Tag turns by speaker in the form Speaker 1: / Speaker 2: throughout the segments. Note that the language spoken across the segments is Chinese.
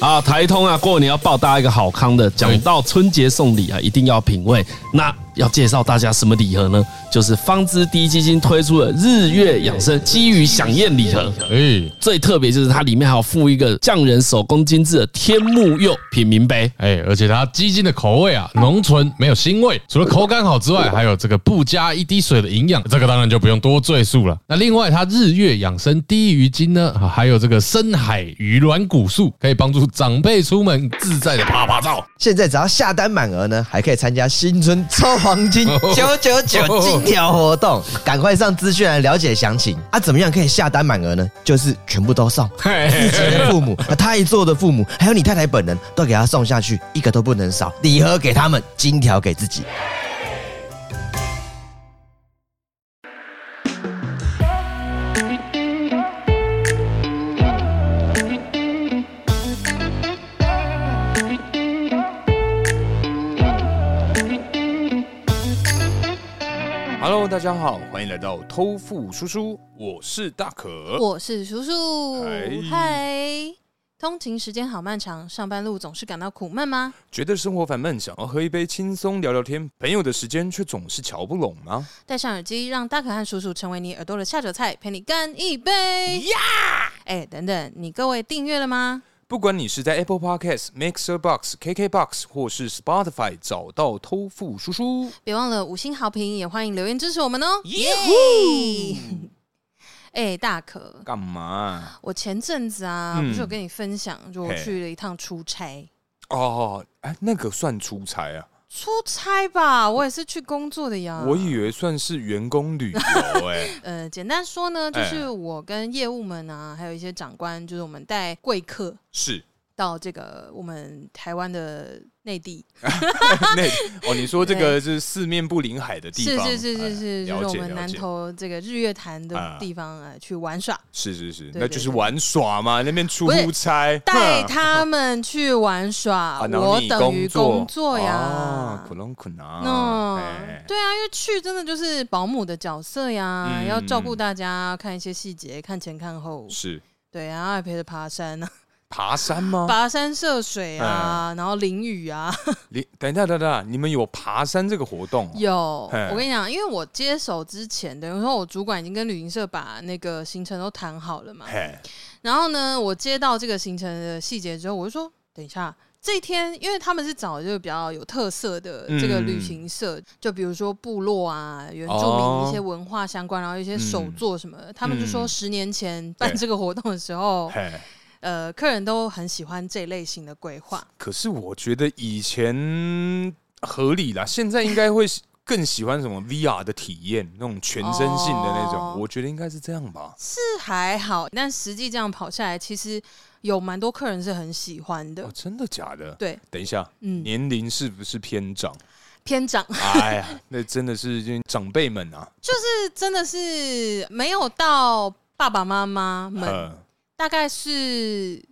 Speaker 1: 啊，台通啊，过年要报大家一个好康的。讲到春节送礼啊，一定要品味。那要介绍大家什么礼盒呢？就是方知第一基金推出的日月养生基于响宴礼盒。
Speaker 2: 哎
Speaker 1: 最特别就是它里面还有附一个匠人手工精致的天目釉品茗杯。
Speaker 2: 哎，而且它鸡精的口味啊，浓醇没有腥味，除了口感好之外，还有这个不加一滴水的营养，这个当然就不用多赘述了。那另外，它日月养生低鱼精呢，啊还有这个深海鱼软骨素，可以帮助长辈出门自在的啪啪照。
Speaker 3: 现在只要下单满额呢，还可以参加新春抽黄金九九九金条活动，赶快上资讯来了解详情啊！怎么样可以下单满额呢？就是全部都送，自己的父母、啊他一做的父母，还有你太太本人都给他送下去，一个都不能少，礼盒给他们，金条给自己。
Speaker 4: Hello，大家好，欢迎来到偷富叔叔，我是大 可。
Speaker 5: 我是叔叔
Speaker 4: 嗨，
Speaker 5: 嗨。通勤时间好漫长，上班路总是感到苦闷吗？
Speaker 4: 觉得生活烦闷，想要喝一杯轻松聊聊天，朋友的时间却总是瞧不拢吗？
Speaker 5: 戴上耳机，让大可和叔叔成为你耳朵的下酒菜，陪你干一杯。呀！哎，等等，你各位订阅了吗？
Speaker 4: 不管你是在 Apple Podcast、Mixer Box、KK Box 或是 Spotify 找到偷富叔叔，
Speaker 5: 别忘了五星好评，也欢迎留言支持我们哦。耶！哎，大可，
Speaker 4: 干嘛？
Speaker 5: 我前阵子啊，
Speaker 4: 嗯
Speaker 5: 不是有跟你分享，就我
Speaker 4: 嘿
Speaker 5: 去了一趟出差。
Speaker 4: 哦，哎，那个算出差啊，
Speaker 5: 出差吧，我也是去工作的呀。
Speaker 4: 我以为算是员工旅游哎、
Speaker 5: 呃，简单说呢，就
Speaker 4: 哎
Speaker 5: 是我跟业务们啊，还有一些长官，就是我们带贵客
Speaker 4: 是
Speaker 5: 到这个我们台湾的内地，
Speaker 4: 那哦，你说这个是四面不临海的地
Speaker 5: 是
Speaker 4: 方，
Speaker 5: 是是是
Speaker 4: 哎
Speaker 5: 是，就
Speaker 4: 了
Speaker 5: 是我
Speaker 4: 解
Speaker 5: 们
Speaker 4: 了
Speaker 5: 南
Speaker 4: 解，
Speaker 5: 投这个日月潭的
Speaker 4: 啊
Speaker 5: 地方啊、呃去玩 耍，
Speaker 4: 是是是，
Speaker 5: 对
Speaker 4: 那
Speaker 5: 对
Speaker 4: 就是
Speaker 5: 对
Speaker 4: 玩耍嘛，那边出
Speaker 5: 不是
Speaker 4: 差，
Speaker 5: 带
Speaker 4: 哼
Speaker 5: 他们去玩耍，
Speaker 4: 啊，然后
Speaker 5: 我
Speaker 4: 你
Speaker 5: 等于
Speaker 4: 作
Speaker 5: 工作呀。
Speaker 4: 啊，可能可能，
Speaker 5: 那、
Speaker 4: 哎
Speaker 5: 对啊，因为去真的就是保姆的角色呀，
Speaker 4: 嗯
Speaker 5: 要照顾大家，看一些细节，看前看后，
Speaker 4: 是
Speaker 5: 对啊，还陪着爬山 啊，
Speaker 4: 爬山吗？
Speaker 5: 跋山涉水
Speaker 4: 嗯
Speaker 5: 啊，然后淋雨啊，
Speaker 4: 你等一下，等一下，你们有爬山这个活动哦？
Speaker 5: 有，
Speaker 4: 嘿
Speaker 5: 我跟你讲，因为我接手之前，等于说我主管已经跟旅行社把那个行程都谈好了嘛。
Speaker 4: 嘿，
Speaker 5: 然后呢，我接到这个行程的细节之后，我就说，等一下。这一天，因为他们是找就是比较有特色的这个
Speaker 4: 嗯
Speaker 5: 旅行社，就比如说部落啊、原住
Speaker 4: 哦
Speaker 5: 民一些文化相关，然后一些手作什么的，他们就说
Speaker 4: 嗯
Speaker 5: 十年前办
Speaker 4: 对
Speaker 5: 这个活动的时候，
Speaker 4: 嘿，
Speaker 5: 呃，客人都很喜欢这类型的规划。
Speaker 4: 可是我觉得以前合理啦，现在应该会更喜欢什么 VR 的体验，那种全身性的那
Speaker 5: 哦
Speaker 4: 种，我觉得应该是这样吧。
Speaker 5: 是还好，但实际这样跑下来，其实有蛮多客人是很喜欢的。
Speaker 4: 哦，真的假的？
Speaker 5: 对，
Speaker 4: 等一下，
Speaker 5: 嗯，
Speaker 4: 年龄是不是偏 长？
Speaker 5: 偏长
Speaker 4: 哎呀，那真的是因为长辈们啊，
Speaker 5: 是真的是没有到爸爸妈妈们，
Speaker 4: 呃，
Speaker 5: 大概是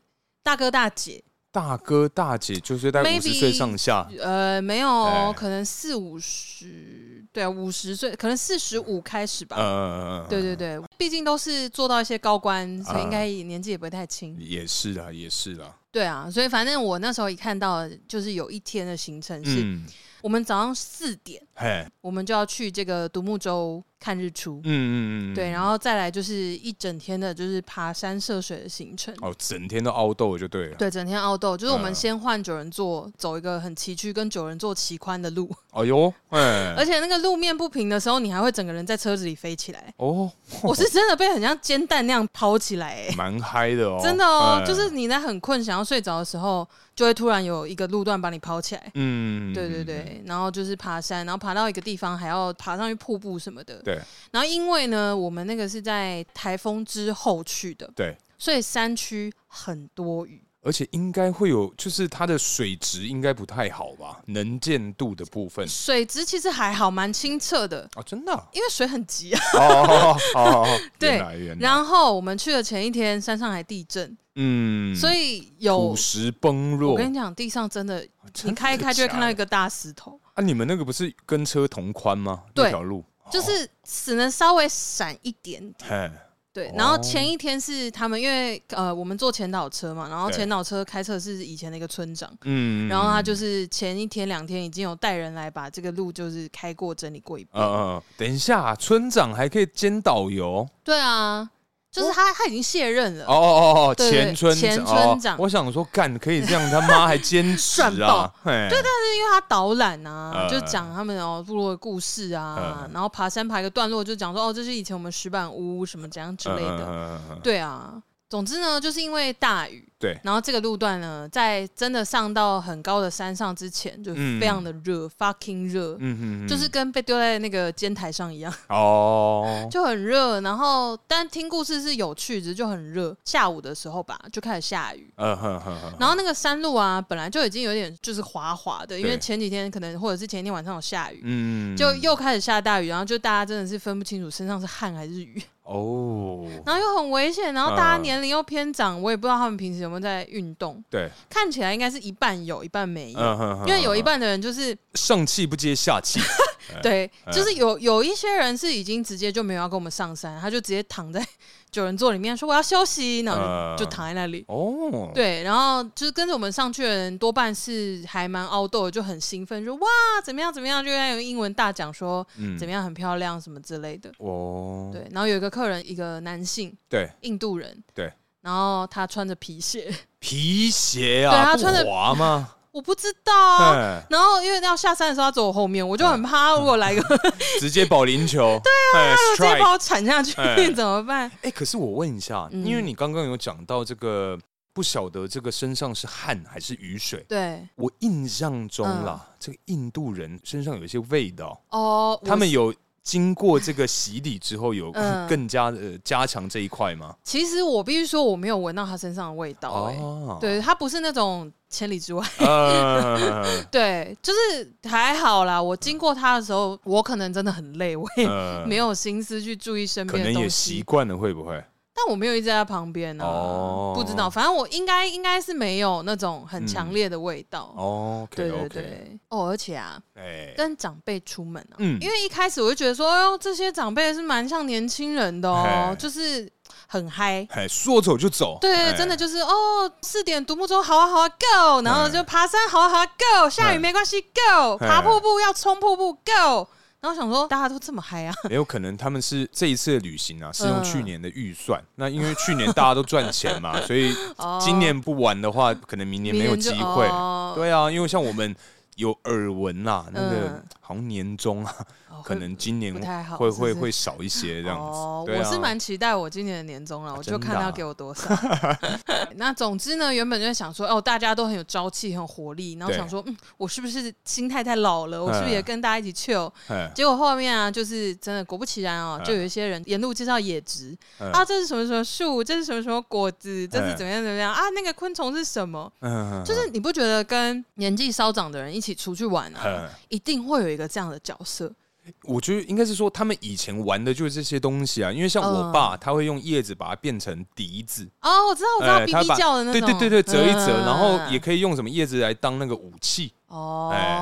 Speaker 5: 大哥大姐，
Speaker 4: 大哥大姐就是在五十
Speaker 5: Maybe-
Speaker 4: 岁上下，
Speaker 5: 呃，没有，
Speaker 4: 哎
Speaker 5: 可能四五十，对啊，五十岁，可能四十五开始吧。
Speaker 4: 呃，
Speaker 5: 对对对，毕竟都是做到一些高官，所以应该也年纪也不会太轻。
Speaker 4: 也是啦，也是啦，
Speaker 5: 对啊，所以反正我那时候一看到，就是有一天的行程是，
Speaker 4: 嗯，
Speaker 5: 我们早上四点。
Speaker 4: 嘿，
Speaker 5: 我们就要去这个独木舟看日出，
Speaker 4: 嗯嗯嗯，
Speaker 5: 对，然
Speaker 4: 后
Speaker 5: 后再来就是一整天的，就是爬山涉水的行程。
Speaker 4: 哦，整天都凹豆就对了，
Speaker 5: 对，整天凹斗，就是我们
Speaker 4: 嗯
Speaker 5: 先换九人座，走一个很崎岖跟九人座齐宽的路，
Speaker 4: 哎呦，哎，
Speaker 5: 而且那个路面不平的时候，你还会整个人在车子里飞 起来。
Speaker 4: 哦，
Speaker 5: 我是真的被很像煎蛋那样抛起来、欸，
Speaker 4: 蛮嗨的哦，
Speaker 5: 真的哦，
Speaker 4: 哎
Speaker 5: 就是你在很困想要睡着的时候，就会突然有一个路段把你抛起来。
Speaker 4: 嗯，
Speaker 5: 对
Speaker 4: 嗯，嗯
Speaker 5: 对
Speaker 4: 嗯
Speaker 5: 对，然后就是爬山，然后爬到一个地方还要爬上去瀑布什么的。
Speaker 4: 对
Speaker 5: 然后因为呢，我们那个是在台风之后去的，
Speaker 4: 对，
Speaker 5: 所以山区很多雨。
Speaker 4: 而且应该会有，就是它的水质应该不太好吧，能见度的部分
Speaker 5: 水质其实还好，蛮清澈的，
Speaker 4: 啊，真的啊，
Speaker 5: 因为水很急啊。
Speaker 4: 哦哦哦哦，哦
Speaker 5: 对
Speaker 4: 原来原来，
Speaker 5: 然后我们去的前一天，山上还地震，
Speaker 4: 嗯
Speaker 5: 所
Speaker 4: 以土
Speaker 5: 以有
Speaker 4: 石崩落
Speaker 5: 我，跟你讲，地上真的，
Speaker 4: 真
Speaker 5: 你
Speaker 4: 的
Speaker 5: 开一开就会
Speaker 4: 假
Speaker 5: 看到
Speaker 4: 的
Speaker 5: 一个大石头，
Speaker 4: 啊，你们那个不是跟车同宽吗？
Speaker 5: 对
Speaker 4: 那条路
Speaker 5: 就是只能稍微闪一点，
Speaker 4: 嘿，
Speaker 5: 对，然后
Speaker 4: 哦
Speaker 5: 前一天是他们，因为呃，我们坐前导车嘛，然后
Speaker 4: 对
Speaker 5: 前导车开车是以前的一个村长，
Speaker 4: 嗯
Speaker 5: 然后他就是前一天两天已经有带人来把这个路就是开过整理过一
Speaker 4: 呃
Speaker 5: 遍。
Speaker 4: 呃，等一下，村长还可以兼导游
Speaker 5: 对啊，就是他他已经卸任
Speaker 4: 哦
Speaker 5: 了，
Speaker 4: 哦哦，
Speaker 5: 呃对对
Speaker 4: 前村
Speaker 5: 前村长
Speaker 4: 哦我想说，干可以这样，他妈还兼职
Speaker 5: 赚
Speaker 4: 啊
Speaker 5: 爆！
Speaker 4: 对
Speaker 5: 就是因为他导览啊，
Speaker 4: 呃
Speaker 5: 就讲他们哦部落的故事啊
Speaker 4: 呃，
Speaker 5: 然后爬山爬一个段落就讲说哦，这是以前我们石板屋什么怎样之
Speaker 4: 嗯
Speaker 5: 类的。
Speaker 4: 的，
Speaker 5: 对啊，总之呢，就是因为大雨，
Speaker 4: 对
Speaker 5: 然后这个路段呢，在真的上到很高的山上之前，就
Speaker 4: 嗯
Speaker 5: 非常的热、f u c k i n g 热，
Speaker 4: 嗯嗯，
Speaker 5: 就是跟被丢在那个尖台上一样，
Speaker 4: 哦，
Speaker 5: 就很热。然后，但听故事是有趣，只是就很热。下午的时候吧，就开始下雨。
Speaker 4: 呃哼哼哼，
Speaker 5: 然后那个山路啊，本来就已经有点就是滑滑的，因为
Speaker 4: 对
Speaker 5: 前几天可能或者是前一天晚上有下雨，
Speaker 4: 嗯
Speaker 5: 就又开始下大雨，然后就大家真的是分不清楚身上是汗还是雨，
Speaker 4: 哦，
Speaker 5: 然后又很危险，然后
Speaker 4: 嗯
Speaker 5: 大家年龄又偏长，我也不知道他们平时有没有在运动，
Speaker 4: 对，
Speaker 5: 看起来应该是一半有一半没有，
Speaker 4: 嗯哼哼，
Speaker 5: 因为有一半的人就是
Speaker 4: 上气不接下 气，
Speaker 5: 对，
Speaker 4: 嗯
Speaker 5: 就是有有一些人是已经直接就没有要跟我们上山，他就直接躺在 九人座里面说我要休息，然后
Speaker 4: 嗯
Speaker 5: 就就躺在那里。
Speaker 4: 哦，
Speaker 5: 对，然后就是跟着我们上去的人多半是还蛮凹豆的，就很兴奋，说哇怎么样怎么样，就在用英文大讲说
Speaker 4: 嗯
Speaker 5: 怎么样很漂亮什么之类的。
Speaker 4: 哦，
Speaker 5: 对，然后有一个客人，一个男性
Speaker 4: 对，
Speaker 5: 印度人，
Speaker 4: 对，
Speaker 5: 然后他穿着皮鞋，
Speaker 4: 皮鞋
Speaker 5: 对
Speaker 4: 啊，
Speaker 5: 他
Speaker 4: 不
Speaker 5: 穿的
Speaker 4: 滑吗？
Speaker 5: 我不知道啊、
Speaker 4: 哎，
Speaker 5: 然后因为要下山的时候，他走我后面，我就
Speaker 4: 嗯
Speaker 5: 很怕，如果来个
Speaker 4: 直接保龄球，对啊
Speaker 5: 直接把我铲下去
Speaker 4: 哎
Speaker 5: 怎么办？
Speaker 4: 哎、可是我问一下，
Speaker 5: 嗯
Speaker 4: 因为你刚刚有讲到这个，不晓得这个身上是汗还是雨水。
Speaker 5: 对，
Speaker 4: 我印象中
Speaker 5: 嗯
Speaker 4: 啦，这个印度人身上有一些味道，
Speaker 5: 哦，我
Speaker 4: 他们有经过这个洗礼之后，有
Speaker 5: 嗯
Speaker 4: 更加呃加强这一块吗？
Speaker 5: 其实我必须说我没有闻到他身上的味道、哎、
Speaker 4: 哦，
Speaker 5: 对他不是那种千里之外，
Speaker 4: 呃，
Speaker 5: 对，就是还好啦。我经过他的时候，我可能真的很累，我也
Speaker 4: 呃
Speaker 5: 没有心思去注意身
Speaker 4: 可
Speaker 5: 边
Speaker 4: 能
Speaker 5: 的
Speaker 4: 也
Speaker 5: 东
Speaker 4: 习
Speaker 5: 西，
Speaker 4: 惯了，会不会？
Speaker 5: 但我没有一直在他旁边呢、啊，
Speaker 4: 哦
Speaker 5: 不知道，反正我应该应该是没有那种很强烈的味道。
Speaker 4: 哦
Speaker 5: 对
Speaker 4: ，OK
Speaker 5: 对
Speaker 4: OK，
Speaker 5: 对，哦，而且啊，
Speaker 4: 哎，
Speaker 5: 跟长辈出门啊，
Speaker 4: 嗯
Speaker 5: 因为一开始我就觉得说，哎呦，这些长辈是蛮像年轻人的哦
Speaker 4: 嘿，
Speaker 5: 就是很嗨，
Speaker 4: 哎，说走就走，
Speaker 5: 对，
Speaker 4: 哎
Speaker 5: 真的就是哦，四点独木舟，好啊好啊，Go，然后就爬山，好啊好啊，Go，下雨
Speaker 4: 嗯
Speaker 5: 没关系，Go，
Speaker 4: 嗯
Speaker 5: 爬瀑布要冲瀑布，Go。然后想说，大家都这么 嗨啊，
Speaker 4: 也有可能他们是这一次的旅行啊，是用
Speaker 5: 嗯
Speaker 4: 去年的预算。 那因为去年大家都赚钱嘛， 所以今年不玩的话，可能明年没有机
Speaker 5: 明
Speaker 4: 会
Speaker 5: 年就。哦
Speaker 4: 对啊，因为像我们有耳闻啦，那个
Speaker 5: 嗯
Speaker 4: 好像年终啊，
Speaker 5: 哦
Speaker 4: 可能今年
Speaker 5: 不太好
Speaker 4: 会
Speaker 5: 是不是
Speaker 4: 会会少一些这样
Speaker 5: 哦
Speaker 4: 子。对
Speaker 5: 我
Speaker 4: 啊
Speaker 5: 是蛮期待我今年的年终了，我就
Speaker 4: 真的
Speaker 5: 看
Speaker 4: 啊
Speaker 5: 他给 我多少。那总之呢，原本就在想说，哦，大家都很有朝气，很有活力，然后
Speaker 4: 对
Speaker 5: 想说，嗯，我是不是心态太老了？我是不是也
Speaker 4: 嗯
Speaker 5: 跟大家一起 chill？
Speaker 4: 哎
Speaker 5: 结果后面啊，就是真的果不其然哦，
Speaker 4: 嗯
Speaker 5: 就有一些人沿路介绍野植、
Speaker 4: 嗯
Speaker 5: 啊，这是什么什么树，这是什么什么果子，这是
Speaker 4: 嗯
Speaker 5: 怎么样怎么样啊，那个昆虫是什么？
Speaker 4: 嗯
Speaker 5: 就是你不觉得跟年纪稍长的人一起出去玩啊，
Speaker 4: 嗯
Speaker 5: 一定会有一个这样的角色？
Speaker 4: 我觉得应该是说，他们以前玩的就是这些东西啊，因为像我
Speaker 5: 嗯
Speaker 4: 爸，他会用叶子把它变成笛子，
Speaker 5: 哦，我知道，我知道，
Speaker 4: 哎
Speaker 5: 哔
Speaker 4: 他把
Speaker 5: 哔叫的那
Speaker 4: 对
Speaker 5: 种，
Speaker 4: 对对对，折一折，
Speaker 5: 嗯
Speaker 4: 然后也可以用什么叶子来当那个武器。哎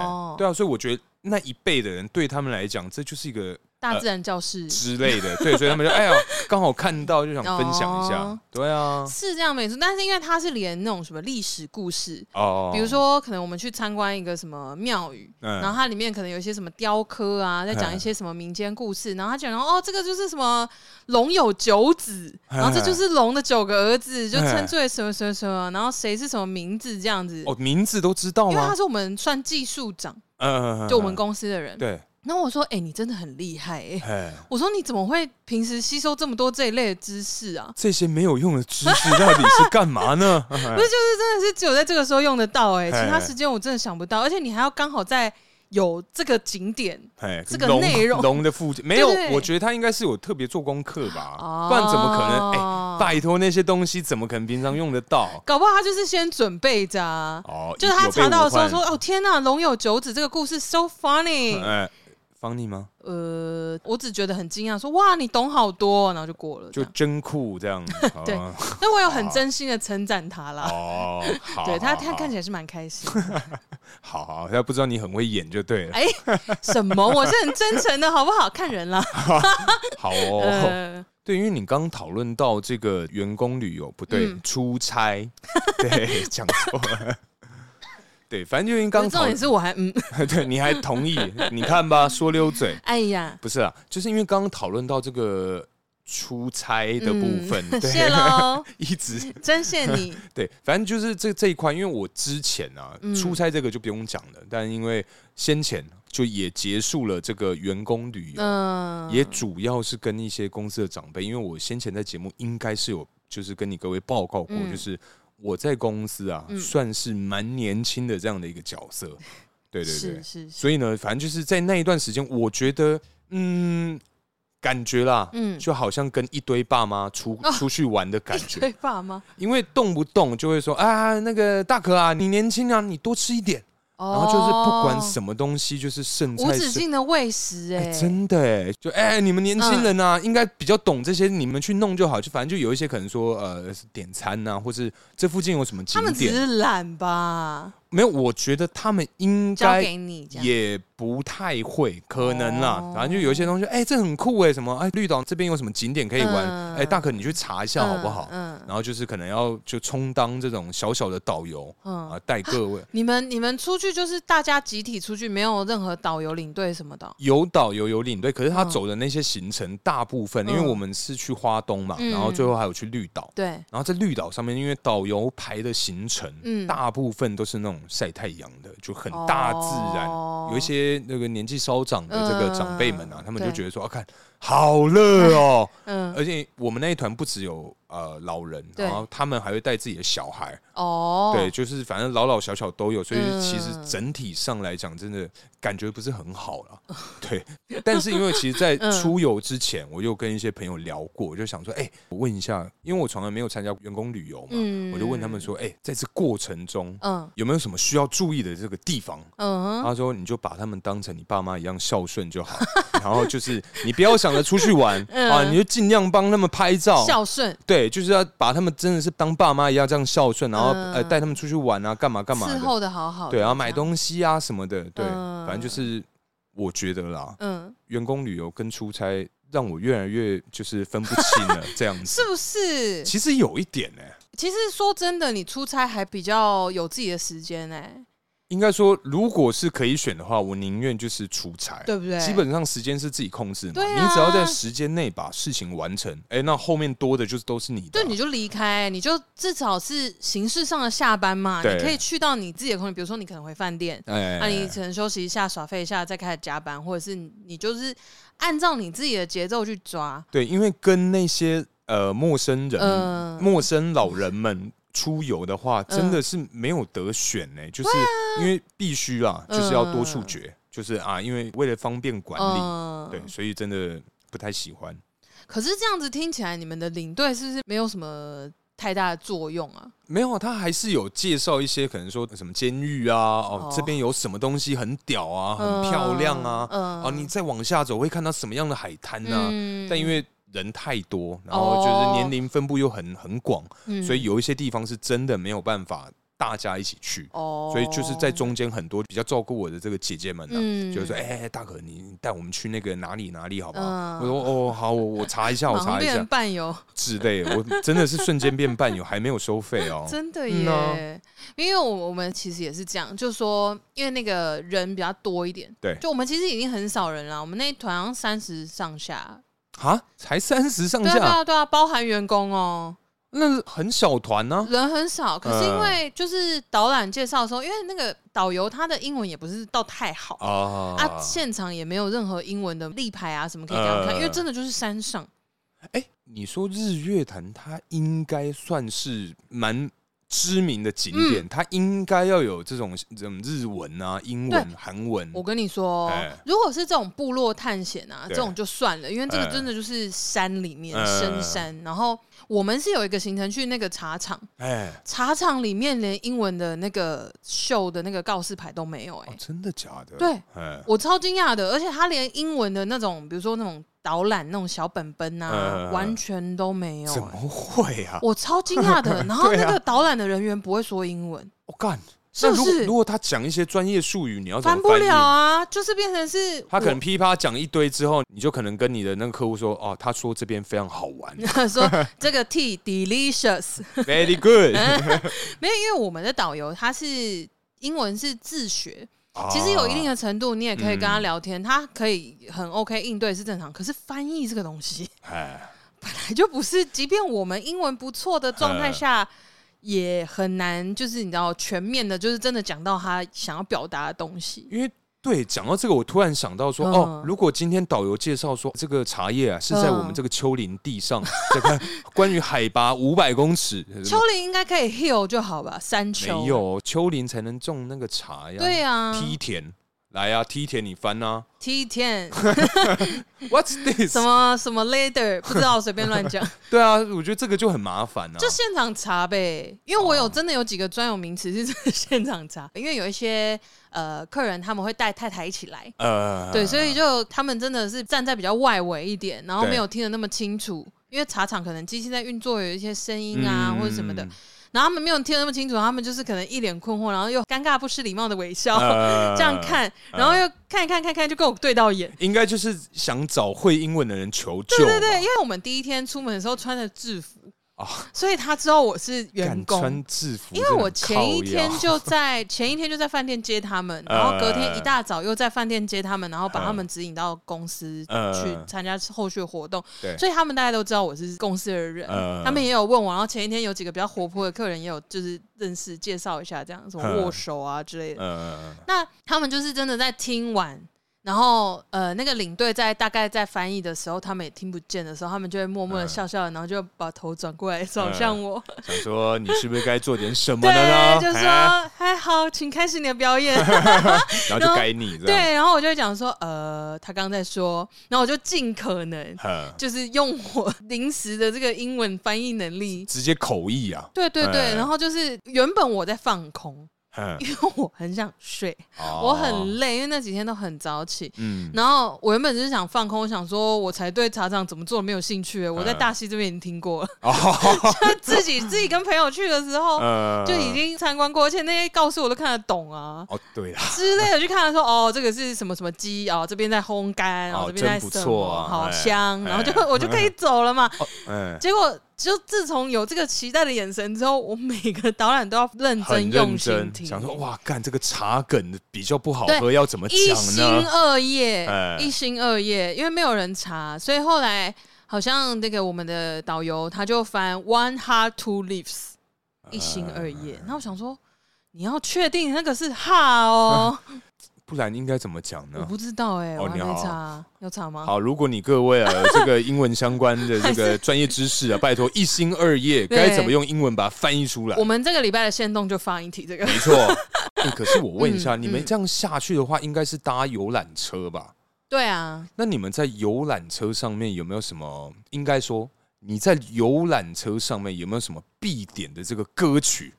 Speaker 5: 哦，，
Speaker 4: 对啊，所以我觉得那一辈的人对他们来讲，这就是一个
Speaker 5: 大自然教室。
Speaker 4: 之类的，对，所以他们就哎呀，刚好看到就想分享一下
Speaker 5: 哦，
Speaker 4: 对啊，
Speaker 5: 是这样没错，但是因为它是连那种什么历史故事，
Speaker 4: 哦，
Speaker 5: 比如，说可能我们去参观一个什么庙宇，
Speaker 4: 嗯
Speaker 5: 然后它里面可能有一些什么雕刻啊，在讲一些什么民间故事，然后他讲到哦，这个就是什么龙有九子，
Speaker 4: 嗯
Speaker 5: 然后这就是龙的九个儿子，就称之为什么什么什么，然后谁是什么名字这样子。
Speaker 4: 哦，名字都知道
Speaker 5: 因为他
Speaker 4: 吗？
Speaker 5: 是我们算技术长，
Speaker 4: 嗯
Speaker 5: 就我们公司的人。
Speaker 4: 对，
Speaker 5: 然后我说：“哎、你真的很厉害哎、
Speaker 4: 哎，
Speaker 5: 我说：“你怎么会平时吸收这么多这一类的知识啊？
Speaker 4: 这些没有用的知识到底是干嘛呢？
Speaker 5: 不是，就是真的是只有在这个时候用得到哎、
Speaker 4: 嘿
Speaker 5: 其他时间我真的想不到，而且你还要刚好在有这个景点
Speaker 4: 哎，
Speaker 5: 这个
Speaker 4: 龙
Speaker 5: 内容
Speaker 4: 龙的附近没有
Speaker 5: 对，对
Speaker 4: 我觉得他应该是有特别做功课吧，
Speaker 5: 哦
Speaker 4: 不然怎么可能？哎，拜托那些东西怎么可能平常用得到？
Speaker 5: 搞不好他就是先准备着、啊。
Speaker 4: 哦，
Speaker 5: 就是他查到的时候说：“
Speaker 4: 有备无患
Speaker 5: 哦天呐，龙有九子这个故事 so funny。
Speaker 4: 哎，方你吗？”
Speaker 5: 呃，我只觉得很惊讶，说：“哇，你懂好多哦。”然后就过了。
Speaker 4: 就
Speaker 5: 就，
Speaker 4: 真酷这样，
Speaker 5: 对
Speaker 4: 哦
Speaker 5: 但我有很真心的称赞他啦。
Speaker 4: 哦，好，
Speaker 5: 对他，他
Speaker 4: 好
Speaker 5: 看起来是蛮开心。
Speaker 4: 好好，他不知道你很会演就对了，
Speaker 5: 哎，什么？我是很真诚的，好不好？看人啦。
Speaker 4: 好哦。
Speaker 5: 呃，
Speaker 4: 对，因为你刚讨论到这个员工旅游，不对，
Speaker 5: 嗯
Speaker 4: 出 差，对，讲错了。 对，反正就因为
Speaker 5: 可
Speaker 4: 刚
Speaker 5: 是重
Speaker 4: 讨
Speaker 5: 点是我还嗯，
Speaker 4: 对，你还同 意？你看吧，说溜嘴，
Speaker 5: 哎呀，
Speaker 4: 不是啊，就是因为刚刚讨论到这个出差的部分，
Speaker 5: 嗯
Speaker 4: 对，
Speaker 5: 谢喽，
Speaker 4: 一直
Speaker 5: 真谢 你。
Speaker 4: 对，反正就是这这一块，因为我之前啊，
Speaker 5: 嗯
Speaker 4: 出差这个就不用讲了，但因为先前就也结束了这个员工旅游，
Speaker 5: 嗯，
Speaker 4: 也主要是跟一些公司的长辈，因为我先前在节目应该是有就是跟你各位报告过，
Speaker 5: 嗯
Speaker 4: 就是我在公司啊、
Speaker 5: 嗯
Speaker 4: 算是蛮年轻的这样的一个角 色，对对对
Speaker 5: 是，是是，
Speaker 4: 所以呢，反正就是在那一段时间，我觉得嗯。感觉啦，
Speaker 5: 嗯
Speaker 4: 就好像跟一堆爸妈出、
Speaker 5: 啊
Speaker 4: 出去玩的感
Speaker 5: 一
Speaker 4: 觉，
Speaker 5: 堆爸妈，
Speaker 4: 因为动不动就会说啊，那个大可啊，你年轻啊，你多吃一点。
Speaker 5: 然
Speaker 4: 然后就是不管什么东西，就是剩
Speaker 5: 哦无
Speaker 4: 菜
Speaker 5: 止
Speaker 4: 剩。
Speaker 5: 境的嗯喂食，
Speaker 4: 哎
Speaker 5: 哎，
Speaker 4: 真的哎，就哎、你们年轻人啊，应该比较懂这些，你们去弄就好。就反正就有一些可能说，呃，点餐呐、或是这附近有什么景
Speaker 5: 他们只
Speaker 4: 点，
Speaker 5: 是懒吧，
Speaker 4: 没有。我觉得他们应
Speaker 5: 交
Speaker 4: 该
Speaker 5: 给你这样。
Speaker 4: 也不太会，可能啦。
Speaker 5: 哦
Speaker 4: 反正就有一些东西，哎、这很酷哎，什么哎、绿岛这边有什么景点可以玩？哎、
Speaker 5: 嗯
Speaker 4: 大可你去查一下好不好？
Speaker 5: 嗯
Speaker 4: 然后就是可能要就充当这种小小的导游
Speaker 5: 嗯
Speaker 4: 啊，带各位
Speaker 5: 你们你们出去就是大家集体出去，没有任何导游领队什么的。哦
Speaker 4: 有导游有领队。可是他
Speaker 5: 嗯
Speaker 4: 走的那些行程大部分，因为
Speaker 5: 嗯
Speaker 4: 我们是去花东嘛，
Speaker 5: 嗯
Speaker 4: 然后最后还有去绿岛。
Speaker 5: 对，
Speaker 4: 然后在绿岛上面，因为导游排的行程，
Speaker 5: 嗯
Speaker 4: 大部分都是那种晒太阳的，就很大自然。
Speaker 5: 哦
Speaker 4: 有一些那个年纪稍长的这个
Speaker 5: 嗯
Speaker 4: 长辈们啊，他们就
Speaker 5: 对
Speaker 4: 觉得说，啊，看好热 哦，
Speaker 5: 嗯，
Speaker 4: 而且我们那一团不只有呃老人，
Speaker 5: 对
Speaker 4: 然后他们还会带自己的小孩，
Speaker 5: 哦，
Speaker 4: 对，，就是反正老老小小都有，所以
Speaker 5: 嗯
Speaker 4: 其实整体上来讲，真的感觉不是很好了。 对，但是因为其实，在
Speaker 5: 嗯
Speaker 4: 出游之前，我又跟一些朋友聊过，我就想说，哎、我问一下，因为我从来没有参加员工旅游嘛，
Speaker 5: 嗯
Speaker 4: 我就问他们说，哎、在这过程中
Speaker 5: 嗯
Speaker 4: 有没有什么需要注意的这个地方？
Speaker 5: 嗯哼，
Speaker 4: 他说：“你就把他们当成你爸妈一样孝顺就好， 然后就是你不要想着出去玩、
Speaker 5: 嗯
Speaker 4: 啊，你就尽量帮他们拍照，
Speaker 5: 孝顺
Speaker 4: 对，就是要把他们真的是当爸妈一样这样孝顺，然后、
Speaker 5: 嗯
Speaker 4: 呃带他们出去玩啊，干嘛干嘛
Speaker 5: 伺
Speaker 4: 的，
Speaker 5: 候的好好的，
Speaker 4: 对，然后
Speaker 5: 这
Speaker 4: 买
Speaker 5: 样，
Speaker 4: 东西啊什么的，对，
Speaker 5: 嗯
Speaker 4: 反正就是我觉得啦，
Speaker 5: 嗯，
Speaker 4: 员工旅游跟出差让我越来越就是分不清 了这样子
Speaker 5: 是。不是？
Speaker 4: 其实有一点欸呢、
Speaker 5: 其实说真的，你出差还比较有自己的时间哎，
Speaker 4: 应该说如果是可以选的话，我宁愿就是出差。
Speaker 5: 对不对？
Speaker 4: 基本上时间是自己控制嘛，
Speaker 5: 对啊
Speaker 4: 你只要在时间内把事情完成，哎、那后面多的就是都是你的啊、
Speaker 5: 对，你就离开，你就至少是形式上的下班嘛，
Speaker 4: 对
Speaker 5: 你可以去到你自己的空间，比如说你可能回饭店，
Speaker 4: 哎、
Speaker 5: 那、啊你可能休息一下、耍废一下，再开始加班，或者是你你就是按照你自己的节奏去抓。
Speaker 4: 对，因为跟那些呃陌生人、
Speaker 5: 嗯
Speaker 4: 陌生老人们出游的话，真的是没有得选呢、就是因为必须啊，就是要多触觉，就是啊，因为为了方便管理，
Speaker 5: 嗯
Speaker 4: 对，所以真的不太喜欢。
Speaker 5: 可是这样子听起来，你们的领队是不是没有什么太大的作用啊？
Speaker 4: 没有，他还是有介绍一些，可能说什么监狱啊，哦，
Speaker 5: 哦
Speaker 4: 这边有什么东西很屌啊，很漂亮啊，
Speaker 5: 嗯
Speaker 4: 哦，你再往下走会看到什么样的海滩啊。
Speaker 5: 嗯哦
Speaker 4: 但因为人太多，然后就是年龄分布又很很广，
Speaker 5: 嗯
Speaker 4: 所以有一些地方是真的没有办法大家一起去，
Speaker 5: 哦，
Speaker 4: 所以就是在中间很多比较照顾我的这个姐姐们呢、
Speaker 5: 嗯
Speaker 4: 就是说，哎、大可你你带我们去那个哪里哪里好不好？
Speaker 5: 嗯
Speaker 4: 我说哦好，我我查一下，我
Speaker 5: 忙
Speaker 4: 查一
Speaker 5: 变
Speaker 4: 下
Speaker 5: 伴游，
Speaker 4: 之类的，我真的是瞬间变伴友，还没有收费哦。
Speaker 5: 真的
Speaker 4: 嗯
Speaker 5: 耶，
Speaker 4: 啊
Speaker 5: 因为我我们其实也是这样，就说因为那个人比较多一点，
Speaker 4: 对
Speaker 5: 就我们其实已经很少人了，我们那一团好像三十上下，
Speaker 4: 啊，才三十上
Speaker 5: 对啊对
Speaker 4: 下，
Speaker 5: 啊对啊，包含员工哦，
Speaker 4: 那很小团呢、
Speaker 5: 人很少，
Speaker 4: 嗯
Speaker 5: 可是因为就是导览介绍的时候，因为那个导游他的英文也不是到太好。
Speaker 4: 啊。
Speaker 5: 啊，现场也没有任何英文的立牌啊什么可以给他们看，
Speaker 4: 呃
Speaker 5: 因为真的就是山上，
Speaker 4: 哎、你说日月潭，它应该算是蛮知名的景
Speaker 5: 嗯
Speaker 4: 点，它应该要有这种这种日文啊、英文、
Speaker 5: 对
Speaker 4: 韩文。
Speaker 5: 我跟你说，哦
Speaker 4: 哎
Speaker 5: 如果是这种部落探险啊，
Speaker 4: 对
Speaker 5: 这种就算了，因为这个
Speaker 4: 哎
Speaker 5: 真的就是山里面、
Speaker 4: 嗯
Speaker 5: 深山。然后我们是有一个行程去那个茶厂，
Speaker 4: 哎、
Speaker 5: 茶厂里面连英文的那个秀的那个告示牌都没有、哎、
Speaker 4: 哦，真的假的？
Speaker 5: 对，
Speaker 4: 哎，
Speaker 5: 我超惊讶的，而且他连英文的那种，比如说那种导览那种小本本啊，
Speaker 4: 嗯
Speaker 5: 完全都没有、
Speaker 4: 怎
Speaker 5: 哎
Speaker 4: 么会啊？
Speaker 5: 我超惊讶的，然后
Speaker 4: 对啊
Speaker 5: 那个导览的人员不会说英文，
Speaker 4: 我干、
Speaker 5: 是不
Speaker 4: 那如果
Speaker 5: 是
Speaker 4: 如果他讲一些专业术语，你要怎
Speaker 5: 翻
Speaker 4: 么
Speaker 5: 不
Speaker 4: 翻译？
Speaker 5: 了啊，就是变成是
Speaker 4: 他可能噼啪讲一堆之后，你就可能跟你的那个客户说：“哦，他说这边非常好玩
Speaker 5: 我 说这个 tea delicious，
Speaker 4: ，very good。
Speaker 5: 没有，因为我们的导游他是英文是自学，
Speaker 4: 啊”
Speaker 5: 其实有一定的程度，你也可以跟他聊天，他可以很
Speaker 4: 嗯
Speaker 5: OK 应对是正常。可是翻译这个东西
Speaker 4: 哎，
Speaker 5: 本来就不是，即便我们英文不错的状态下，也很难，就是你知道全面的，就是真的讲到他想要表达的东西。
Speaker 4: 因为对讲到这个，我突然想到说，
Speaker 5: 嗯
Speaker 4: 哦，如果今天导游介绍说这个茶叶啊是在我们这个丘陵地上，
Speaker 5: 嗯
Speaker 4: 这个关于海拔五百公 尺，
Speaker 5: 丘陵应该可以 heal 就好吧，山丘
Speaker 4: 嗯没，有丘陵才能种那个茶呀，
Speaker 5: 对啊
Speaker 4: 梯田来啊，梯田你翻啊
Speaker 5: ，T ten
Speaker 4: ，What's this？
Speaker 5: 什么什么 later 不知道，随便乱讲。
Speaker 4: 对啊，我觉得这个就很麻烦啊，
Speaker 5: 就现场查呗，因为我有真的有几个专有名词是真的现场查， 因为有一些呃客人他们会带太太一起来，
Speaker 4: 呃，
Speaker 5: 对，所以就他们真的是站在比较外围一点，然后
Speaker 4: 对
Speaker 5: 没有听得那么清楚，因为茶厂可能机器在运作有一些声音啊、
Speaker 4: 嗯
Speaker 5: 或者什么的，然后他们没有听得那么清楚，他们就是可能一脸困惑，然后又尴尬不失礼貌的微笑、
Speaker 4: 呃
Speaker 5: 这样看，然后又看一看看一看就跟我对到眼。
Speaker 4: 应该就是想找会英文的人求救
Speaker 5: 对
Speaker 4: 吧，
Speaker 5: 对对，因为我们第一天出门的时候穿着制服
Speaker 4: 啊
Speaker 5: 所以他知道我是员
Speaker 4: 敢
Speaker 5: 工，
Speaker 4: 穿制服，
Speaker 5: 因为
Speaker 4: 真的
Speaker 5: 我
Speaker 4: 很
Speaker 5: 前一
Speaker 4: 靠
Speaker 5: 天
Speaker 4: 腰呃
Speaker 5: 就在前一天就在饭店接他 们，然后隔天一大早又在饭店接他们，然后把他们指引到公司
Speaker 4: 嗯呃
Speaker 5: 去参加后续活动，
Speaker 4: 对
Speaker 5: 所以他们大家都知道我是公司的人，
Speaker 4: 呃
Speaker 5: 他们也有问我，然后前一天有几个比较活泼的客人也有就是认识介绍一下这样，什么
Speaker 4: 呃
Speaker 5: 握手啊之类的，
Speaker 4: 呃，
Speaker 5: 那他们就是真的在听完，然后呃，那个领队在大概在翻译的时候，他们也听不见的时候，他们就会默
Speaker 4: 嗯
Speaker 5: 默的笑笑的，然后就把头转过
Speaker 4: 呃
Speaker 5: 来转向我，
Speaker 4: 想说你是不是该做点什么了呢？
Speaker 5: 对，就
Speaker 4: 哎
Speaker 5: 说还好，请开始你的 表演。
Speaker 4: 然后就该你这样，
Speaker 5: 对，然后我就会讲说，呃，他刚刚在说，然后我就尽可能
Speaker 4: 呃
Speaker 5: 就是用我临时的这个英文翻译能力。
Speaker 4: 直接口译啊，
Speaker 5: 对对对，
Speaker 4: 哎
Speaker 5: 然后就是原本我在放空，
Speaker 4: 嗯
Speaker 5: 因为我很想睡，我很累，因为那几天都很早起，
Speaker 4: 哦 嗯
Speaker 5: 然后我原本就是想放空，我想说我才对茶厂怎么做没有兴趣，
Speaker 4: 嗯
Speaker 5: 我在大溪这边已经 听过了，
Speaker 4: 哦
Speaker 5: 自己自己跟朋友去的时候。
Speaker 4: 呃
Speaker 5: 就已经参观过，而且那些告示我都看得懂啊
Speaker 4: 哦对啦，
Speaker 5: 之类的，去看说哦，这个是什么什么鸡哦，这边在烘干，然
Speaker 4: 哦
Speaker 5: 后这边在
Speaker 4: 真不
Speaker 5: 什
Speaker 4: 错
Speaker 5: 么，
Speaker 4: 啊
Speaker 5: 好
Speaker 4: 哎
Speaker 5: 香，然后就
Speaker 4: 哎
Speaker 5: 我就可以走了嘛。
Speaker 4: 嗯，
Speaker 5: 结果就自从有这个期待的眼神之后，我每个导览都要认
Speaker 4: 很
Speaker 5: 真
Speaker 4: 认
Speaker 5: 用心
Speaker 4: 真，
Speaker 5: 听，
Speaker 4: 想说哇，干这个茶梗比较不好
Speaker 5: 对
Speaker 4: 喝，要怎么
Speaker 5: 一
Speaker 4: 讲
Speaker 5: 心
Speaker 4: 呢？
Speaker 5: 二业，
Speaker 4: 哎
Speaker 5: 一心二业，因为没有人查，所以后来好像那个我们的导游他就翻 one heart two leaves，一
Speaker 4: 哎
Speaker 5: 心二业。那、我想说，你要确定那个是哈 哦，
Speaker 4: 不然应该怎么讲
Speaker 5: 我
Speaker 4: 呢？
Speaker 5: 不知道哎、
Speaker 4: 哦
Speaker 5: 我还
Speaker 4: 你
Speaker 5: 没
Speaker 4: 好
Speaker 5: 查，有查吗？
Speaker 4: 好，如果你各位啊有这个英文相关的 这个专业知识啊，拜托一心二业，
Speaker 5: 对
Speaker 4: 该怎么用英文把它翻译出来
Speaker 5: 我？们这个礼拜的限动就放一题这个，
Speaker 4: 没 错。哎可是我问一下，
Speaker 5: 嗯
Speaker 4: 你们
Speaker 5: 嗯
Speaker 4: 这样下去的话，应该是搭游览车吧？
Speaker 5: 对啊，
Speaker 4: 那你们在游览车上面有没有什么？应该说你在游览车上面有没有什么必点的这个歌曲？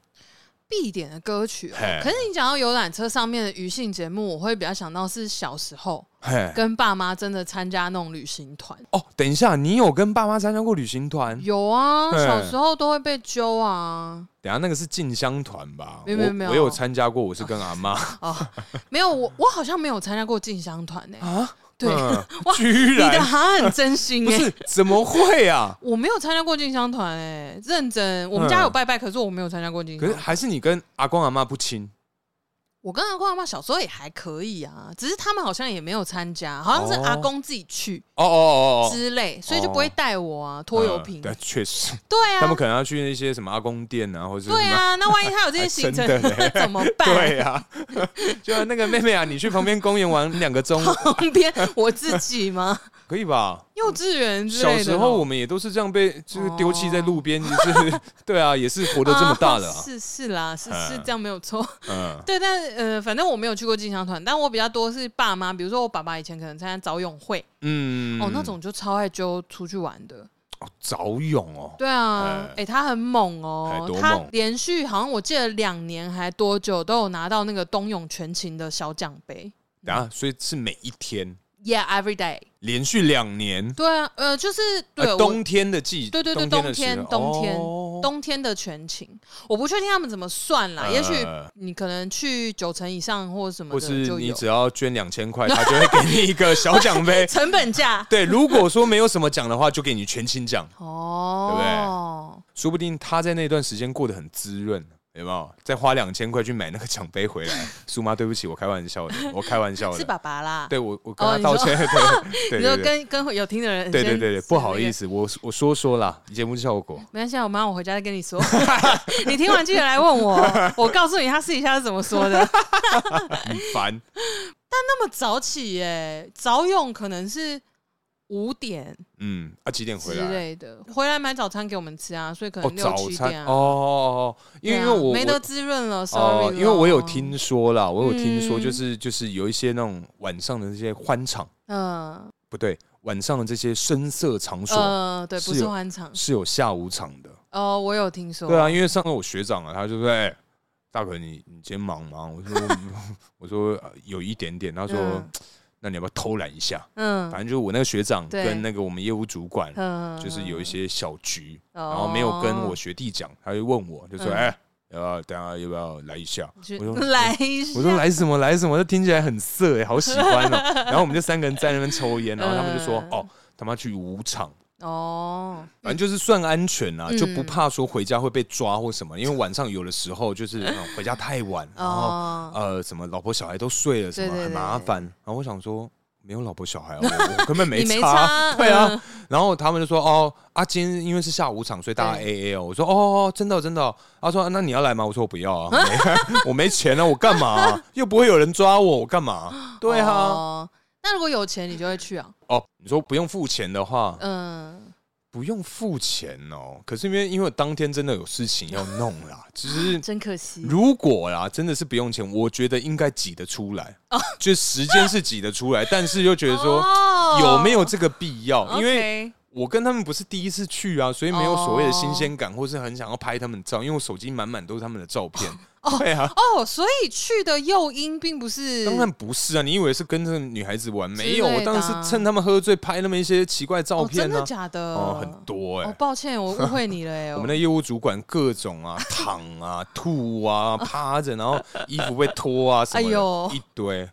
Speaker 5: 必点的歌曲、哦
Speaker 4: 嘿。
Speaker 5: 可是你讲到游览车上面的娱性节目，我会比较想到是小时候
Speaker 4: 嘿，
Speaker 5: 跟爸妈真的参加那种旅行团。
Speaker 4: 哦，等一下，你有跟爸妈参加过旅行团？
Speaker 5: 有啊，
Speaker 4: 嗯嘿
Speaker 5: 小时候都会被揪啊。
Speaker 4: 等一下那个是进香团吧？
Speaker 5: 没有没有
Speaker 4: 我
Speaker 5: 没有
Speaker 4: 我有参加过，我是跟阿妈
Speaker 5: 哦，没有，我我好像没有参加过进香团呢、
Speaker 4: 啊，
Speaker 5: 对，
Speaker 4: 嗯
Speaker 5: 哇
Speaker 4: 居
Speaker 5: 你的
Speaker 4: 然
Speaker 5: 哈很真 心
Speaker 4: 不
Speaker 5: 哎、
Speaker 4: 是怎么会啊？
Speaker 5: 我没有参加过进香团哎、认真，我们家有拜拜，可是我没有参加过进
Speaker 4: 可是
Speaker 5: 香团。
Speaker 4: 还是你跟阿公阿妈不亲
Speaker 5: 我跟阿公阿妈小时候也还可以啊，只是他们好像也没有参加，好像是
Speaker 4: 哦
Speaker 5: 阿公自己去
Speaker 4: 哦哦哦哦，
Speaker 5: 之类，所以就不会带我啊，拖油
Speaker 4: 嗯
Speaker 5: 瓶。
Speaker 4: 对，确实，
Speaker 5: 对
Speaker 4: 他们
Speaker 5: 啊，
Speaker 4: 可能要去那些什么阿公店啊，或者是
Speaker 5: 对
Speaker 4: 什么
Speaker 5: 啊，那万一他有这些行
Speaker 4: 还
Speaker 5: 程
Speaker 4: 真的嘞
Speaker 5: 怎么办？
Speaker 4: 对啊， 就那个妹妹啊，你去旁边公园玩两个 钟
Speaker 5: 旁边我自己吗？
Speaker 4: 可以吧？
Speaker 5: 幼稚园之类
Speaker 4: 小
Speaker 5: 的。哦
Speaker 4: 时候我们也都是这样被就是丢弃在路边，也是对啊，也是活得这么大的
Speaker 5: 啊
Speaker 4: 啊。
Speaker 5: 是是啦，是是
Speaker 4: 嗯
Speaker 5: 这样没有错。
Speaker 4: 嗯，
Speaker 5: 对，但呃，反正我没有去过进香团，但我比较多是爸妈，比如说我爸爸以前可能参加早泳会，
Speaker 4: 嗯
Speaker 5: 哦，那种就超爱揪出去玩的。
Speaker 4: 哦早泳哦，
Speaker 5: 对啊，哎、他很猛哦
Speaker 4: 哎，多
Speaker 5: 他
Speaker 4: 猛
Speaker 5: 连续好像我记得两年还多久都有拿到那个冬泳全勤的小奖杯。
Speaker 4: 啊然后所以是每一天
Speaker 5: Yeah, every day。
Speaker 4: 连续两年，
Speaker 5: 对啊，呃，就是对、
Speaker 4: 呃
Speaker 5: 我
Speaker 4: 冬天的季，
Speaker 5: 对对对，冬
Speaker 4: 冬天
Speaker 5: 天
Speaker 4: 的时
Speaker 5: 冬天、
Speaker 4: 哦
Speaker 5: 冬天的全勤，我不确定他们怎么算啦。
Speaker 4: 呃
Speaker 5: 也许你可能去九成以上或者什么
Speaker 4: 或
Speaker 5: 的
Speaker 4: 是
Speaker 5: 就
Speaker 4: 你
Speaker 5: 有。
Speaker 4: 只要捐两千块，他就会给你一个小奖杯
Speaker 5: 成本价
Speaker 4: 对，如果说没有什么奖的话，就给你全勤奖，
Speaker 5: 哦，
Speaker 4: 说不定他在那段时间过得很滋润，有没有？再花两千块去买那个奖杯回来。苏妈，对不起，我开玩笑的，我开玩笑
Speaker 5: 是
Speaker 4: 的。
Speaker 5: 爸爸啦。
Speaker 4: 对我，我跟
Speaker 5: 哦
Speaker 4: 他
Speaker 5: 你
Speaker 4: 道
Speaker 5: 说
Speaker 4: 歉。对
Speaker 5: 你
Speaker 4: 对
Speaker 5: 就
Speaker 4: 对对，
Speaker 5: 跟跟有听的人，
Speaker 4: 对对对对，不好意
Speaker 5: 思，
Speaker 4: 思，我我说说啦，节目效果。
Speaker 5: 没关系啊，我妈我回家再跟 你说。 你听完记得来问我，我告诉你他私底下是怎么说的。
Speaker 4: 烦，
Speaker 5: 那么早起耶、早泳可能是五点
Speaker 4: 嗯，啊，几点回
Speaker 5: 之
Speaker 4: 来？
Speaker 5: 类的，回来买早餐给我们吃啊，所以可
Speaker 4: 哦，
Speaker 5: 能六
Speaker 4: 早
Speaker 5: 七
Speaker 4: 餐
Speaker 5: 点
Speaker 4: 哦
Speaker 5: 啊。
Speaker 4: 哦哦，哦因为因
Speaker 5: 对
Speaker 4: 为
Speaker 5: 啊
Speaker 4: 我
Speaker 5: 没
Speaker 4: 我
Speaker 5: 得滋润了
Speaker 4: 哦
Speaker 5: ，sorry。
Speaker 4: 因为我有，听说啦，我有听说，
Speaker 5: 嗯
Speaker 4: 就是就是有一些那种晚上的这些欢场，
Speaker 5: 嗯
Speaker 4: 不对，晚上的这些声色场所
Speaker 5: 呃，对，不
Speaker 4: 是
Speaker 5: 是
Speaker 4: 有
Speaker 5: 欢场，
Speaker 4: 是有下午场的。
Speaker 5: 哦，我有听说，
Speaker 4: 对啊，因为上次我学长啊，他就说：“哎，大可你你今天忙吗？”我说 嗯：“我说呃有一点点。”他说
Speaker 5: 嗯：“
Speaker 4: 那你要不要偷懒一下？”
Speaker 5: 嗯
Speaker 4: 反正就是我那个学长
Speaker 5: 对
Speaker 4: 跟那个我们业务主管，
Speaker 5: 嗯，
Speaker 4: 就是有一些小局，
Speaker 5: 哦，
Speaker 4: 然
Speaker 5: 然
Speaker 4: 后没有跟我学弟讲，他就问我，就说：“
Speaker 5: 嗯
Speaker 4: 哎，要不要等下要不要来一下？”我说
Speaker 5: 来一下，
Speaker 4: 我说来什么来什么，这听起来很色哎、好喜欢 哦、然后我们就三个人在那边抽烟，然后他们就说
Speaker 5: 嗯
Speaker 4: 哦，他妈去舞场，
Speaker 5: 哦，
Speaker 4: 反正就是算安全啦、
Speaker 5: 嗯
Speaker 4: 就不怕说回家会被抓或什么，因为晚上有的时候就是那种回家太晚，然后
Speaker 5: 哦，
Speaker 4: 呃什么老婆小孩都睡了，什么
Speaker 5: 对对对
Speaker 4: 很麻烦。然后我想说。没有老婆小孩、啊，我我根本没
Speaker 5: 你没 差
Speaker 4: 对啊
Speaker 5: 嗯。
Speaker 4: 然后他们就说：“哦，啊，今天因为是下午场，所以大家 A A 哦。”我说：“哦哦，哦真的哦真的哦。”他说：“那你要来吗？”我说：“我不要啊， 没我没钱啊，我干嘛啊、又不会有人抓我，我干嘛啊？”对啊，
Speaker 5: 哦。那如果有钱，你就会去啊？
Speaker 4: 哦，你说不用付钱的话，
Speaker 5: 嗯，
Speaker 4: 不用付钱哦。可是因为因为我当天真的有事情要弄啦，只 是
Speaker 5: 真可惜。
Speaker 4: 如果啦，真的是不用钱，我觉得应该挤得出来，就时间是挤得 出来，但是又觉得说
Speaker 5: 哦
Speaker 4: 有没有这个必要？
Speaker 5: OK
Speaker 4: 因为我跟他们不是第一次去啊，所以没有所谓的新鲜感，或是很想要拍他们照，因为我手机满满都是他们的照片。对啊，
Speaker 5: 哦，所以去的诱因并不是
Speaker 4: 当然不是啊，你以为是跟着女孩子玩？没
Speaker 5: 之
Speaker 4: 有，
Speaker 5: 类的啊
Speaker 4: 我当然是趁他们喝醉拍那么一些奇怪的照
Speaker 5: 哦，
Speaker 4: 片
Speaker 5: 真
Speaker 4: 呢、
Speaker 5: 的
Speaker 4: 啊。
Speaker 5: 假的？
Speaker 4: 哦，很。多哎、
Speaker 5: 哦，抱歉，我误会你了哎。
Speaker 4: 我们的业务主管各种啊躺啊吐啊趴着，然后衣服被脱啊什么
Speaker 5: 哎呦
Speaker 4: 的，一堆。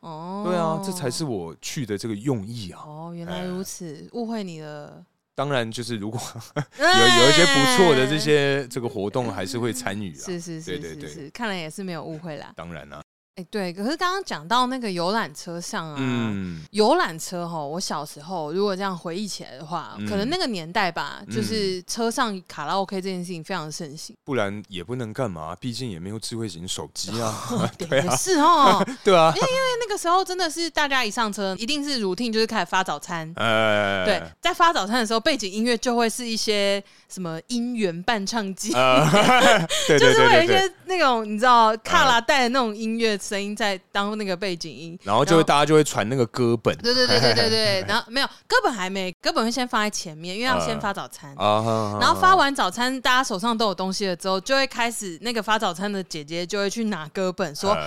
Speaker 5: 哦，
Speaker 4: 对啊，这才是我去的这个用意啊。
Speaker 5: 哦，原来如此，误会你了。
Speaker 4: 当然，就是如果
Speaker 5: 有
Speaker 4: 有有一些不错的这，些这个活动，还是会参与啊。
Speaker 5: 哎是是是
Speaker 4: 对
Speaker 5: 是
Speaker 4: 对对，
Speaker 5: 是，看来也是没有误会啦。
Speaker 4: 当然啦、啊
Speaker 5: 哎，对，可是刚刚讲到那个游览车上啊。
Speaker 4: 嗯，
Speaker 5: 游览车哈，我小时候如果这样回忆起来的话，
Speaker 4: 嗯
Speaker 5: 可能那个年代吧，就是车上卡拉 OK 这件事情非常盛行。
Speaker 4: 不然也不能干嘛，毕竟也没有智慧型手机啊。 对
Speaker 5: 也
Speaker 4: 啊，
Speaker 5: 是哦，
Speaker 4: 对 啊，
Speaker 5: 那个时候真的是大家一上车，一定是 routine 就是开始发早餐。
Speaker 4: 呃，
Speaker 5: 对，在发早餐的时候，背景音乐就会是一些什么音源伴唱机，
Speaker 4: 呃，对
Speaker 5: 就
Speaker 4: 对
Speaker 5: 是会有
Speaker 4: 对对
Speaker 5: 一
Speaker 4: 对，
Speaker 5: 些那种你知道卡拉带的那种音乐声音在当那个背景音。
Speaker 4: 然后就
Speaker 5: 然后
Speaker 4: 会大家就会传那个歌本
Speaker 5: 对对对对对 对，然后没有歌本还没，歌本会先放在前面，因为要先发早餐。
Speaker 4: 啊，
Speaker 5: 然后发完早餐，大家手上都有东西了之后，就会开始那个发早餐的姐姐就会去拿歌本，说
Speaker 4: 呃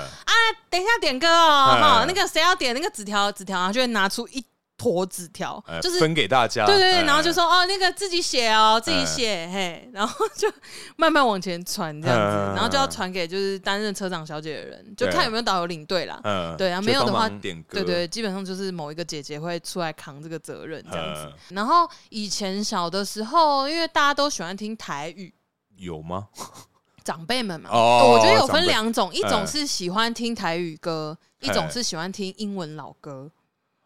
Speaker 5: 等一下点歌哦，
Speaker 4: 哎
Speaker 5: 哈，那个谁要点那个纸条，纸条，然后就会拿出一坨纸条
Speaker 4: 呃，
Speaker 5: 就是
Speaker 4: 分给大家，
Speaker 5: 对对对，
Speaker 4: 呃
Speaker 5: 然后就说哦，那个自己写哦，自己写，嘿，然后就 慢慢往前传这样子
Speaker 4: 嗯，
Speaker 5: 然后就要传给就是担任车长小姐的人，就
Speaker 4: 对
Speaker 5: 看有没有导游领队啦。
Speaker 4: 嗯
Speaker 5: 对啊
Speaker 4: 就
Speaker 5: 没有的话
Speaker 4: 帮忙点歌，
Speaker 5: 对对，基本上就是某一个姐姐会出来扛这个责任这样子
Speaker 4: 嗯。
Speaker 5: 然后以前小的时候，因为大家都喜欢听台语，
Speaker 4: 有吗？
Speaker 5: 长辈们嘛，
Speaker 4: 哦
Speaker 5: 我觉得有分
Speaker 4: 长辈
Speaker 5: 两种，一种
Speaker 4: 嗯
Speaker 5: 是喜欢听台语歌，一种
Speaker 4: 哎
Speaker 5: 是喜欢听英文老歌。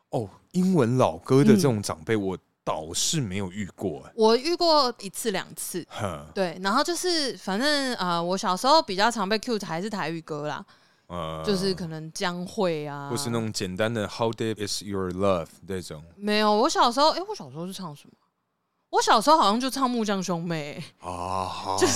Speaker 4: 哦，英文老歌的这种长
Speaker 5: 嗯
Speaker 4: 辈，我倒是没有遇过、欸。
Speaker 5: 我遇过一次两次，
Speaker 4: 哼，
Speaker 5: 对，然后就是反正呃，我小时候比较常被 cue 还是台语歌啦，
Speaker 4: 呃
Speaker 5: 就是可能江蕙啊，
Speaker 4: 或是那种简单的 “How deep is your love” 那种，
Speaker 5: 没有。我小时候，哎、我小时候是唱什么？我小时候好像就唱《木匠兄 妹
Speaker 4: 啊，就是》，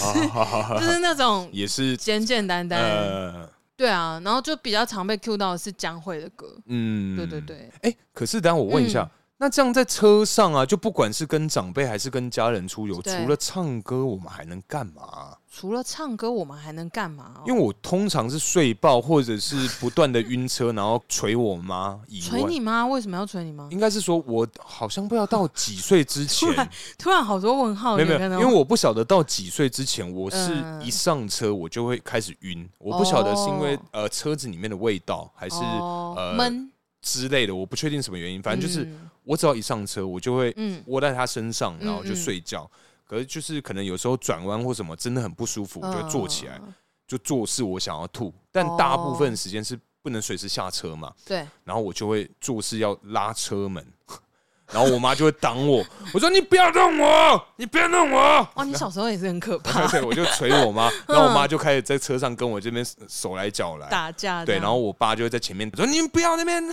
Speaker 5: 就是那种
Speaker 4: 也是
Speaker 5: 简简单单，
Speaker 4: 呃，
Speaker 5: 对啊。然后就比较常被 cue 到的是江蕙的歌，
Speaker 4: 嗯
Speaker 5: 对对。对，嗯
Speaker 4: 哎、可是等一下我问一下，那这样在车上啊，就不管是跟长辈还是跟家人出游，
Speaker 5: 对
Speaker 4: 除了唱歌，我们还能干嘛？
Speaker 5: 除了唱歌，我们还能干嘛、哦
Speaker 4: 因
Speaker 5: 为
Speaker 4: 为我通常是睡爆，或者是 不断的晕车，然后捶我妈以
Speaker 5: 捶
Speaker 4: 外
Speaker 5: 你，妈？为什么要捶你妈？
Speaker 4: 应该是说我好像不知道到几岁之前
Speaker 5: 突，然突然好多问号，
Speaker 4: 没有没
Speaker 5: 哦你
Speaker 4: 有
Speaker 5: 看，到
Speaker 4: 因为我不晓得到几岁之前，我是
Speaker 5: 嗯
Speaker 4: 一上车我就会开始晕，我不晓得是因为
Speaker 5: 哦
Speaker 4: 呃车子里面的味道还是
Speaker 5: 哦
Speaker 4: 呃
Speaker 5: 闷，
Speaker 4: 之类的，我不确定什么原因，反正就是
Speaker 5: 嗯
Speaker 4: 我只要一上车，我就会
Speaker 5: 嗯
Speaker 4: 窝在他身上，
Speaker 5: 嗯
Speaker 4: 然后就睡觉。可是就是可能有时候转弯或什么真的很不舒
Speaker 5: 哦
Speaker 4: 服，我就会坐起来
Speaker 5: 嗯
Speaker 4: 就做事，我想要吐，但
Speaker 5: 哦
Speaker 4: 大部分时间是不能随时下车嘛，
Speaker 5: 对，
Speaker 4: 然后我就会做事要拉车门， 然后我妈就会挡我，我说你不要弄我，你不要弄我，
Speaker 5: 哇，你小时候也是很可怕
Speaker 4: 对， 对，我就捶我妈，然后我妈就开始在车上跟我这边手来脚来，
Speaker 5: 嗯打架这
Speaker 4: 哎对，
Speaker 5: 样
Speaker 4: 然后我爸就会在前面说你们不要那边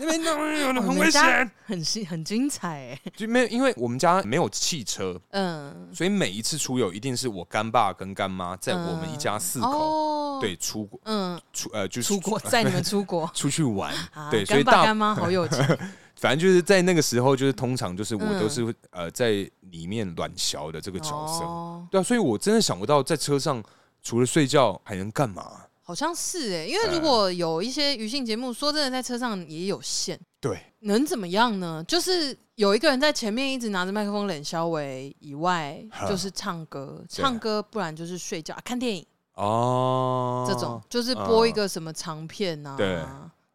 Speaker 4: 那 边弄，
Speaker 5: 哦
Speaker 4: 很
Speaker 5: 你
Speaker 4: 危
Speaker 5: 们家
Speaker 4: 险，
Speaker 5: 很新很精彩哎，
Speaker 4: 就没有，因为我们家没有汽车，
Speaker 5: 嗯，
Speaker 4: 所以每一次出游一定是我干爸跟干妈在我们一家四口、
Speaker 5: 哦，
Speaker 4: 对出国
Speaker 5: 嗯，
Speaker 4: 出呃就是
Speaker 5: 出国载你们出国
Speaker 4: 出去玩，
Speaker 5: 啊，
Speaker 4: 对，所以
Speaker 5: 干爸
Speaker 4: 大
Speaker 5: 干妈好有钱，哦
Speaker 4: 反正就是在那个时候，就是通常就是我
Speaker 5: 嗯
Speaker 4: 都是、呃在里面软小的这个角色，
Speaker 5: 哦，
Speaker 4: 对啊，所以我真的想不到在车上除了睡觉还能干嘛，
Speaker 5: 好像是哎，因为如果有一些娱性节目，说真的，在车上也有限，
Speaker 4: 对，
Speaker 5: 能怎么样呢？就是有一个人在前面一直拿着麦克风冷消维以外，
Speaker 4: 哈
Speaker 5: 就是唱歌，
Speaker 4: 对
Speaker 5: 唱歌，不然就是睡觉、啊看电影
Speaker 4: 哦，
Speaker 5: 这种，就是播一个什么长片啊，
Speaker 4: 对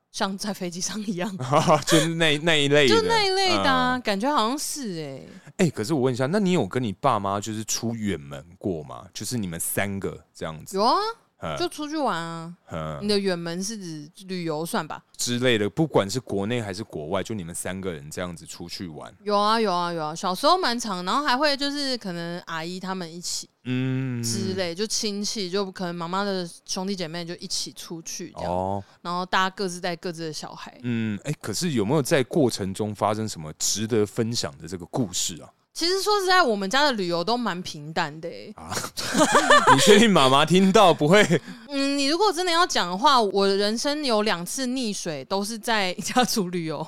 Speaker 5: 像在飞机上一样，
Speaker 4: 啊就是那那一类的，
Speaker 5: 就那一类的啊，
Speaker 4: 嗯
Speaker 5: 感觉好像是哎。
Speaker 4: 哎、可是我问一下，那你有跟你爸妈就是出远门过吗？就是你们三个这样子，
Speaker 5: 有啊，
Speaker 4: 嗯
Speaker 5: 就出去玩啊。你
Speaker 4: 嗯
Speaker 5: 的远门是指旅游算吧？
Speaker 4: 之类的，不管是国内还是国外，就你们三个人这样子出去玩，
Speaker 5: 有啊，有啊，有啊。小时候蛮长，然后还会就是可能阿姨他们一起
Speaker 4: 嗯
Speaker 5: 之。类，就亲戚，就可能妈妈的兄弟姐妹就一起出去这样，
Speaker 4: 哦，
Speaker 5: 然后大家各自带各自的小孩。
Speaker 4: 嗯，哎、可是有没有在过程中发生什么值得分享的这个故事啊？
Speaker 5: 其实说实在，我们家的旅游都蛮平淡的、欸。
Speaker 4: 你确定妈妈听到不会？
Speaker 5: 嗯，你如果真的要讲的话，我人生有两次溺水都是在家族旅游，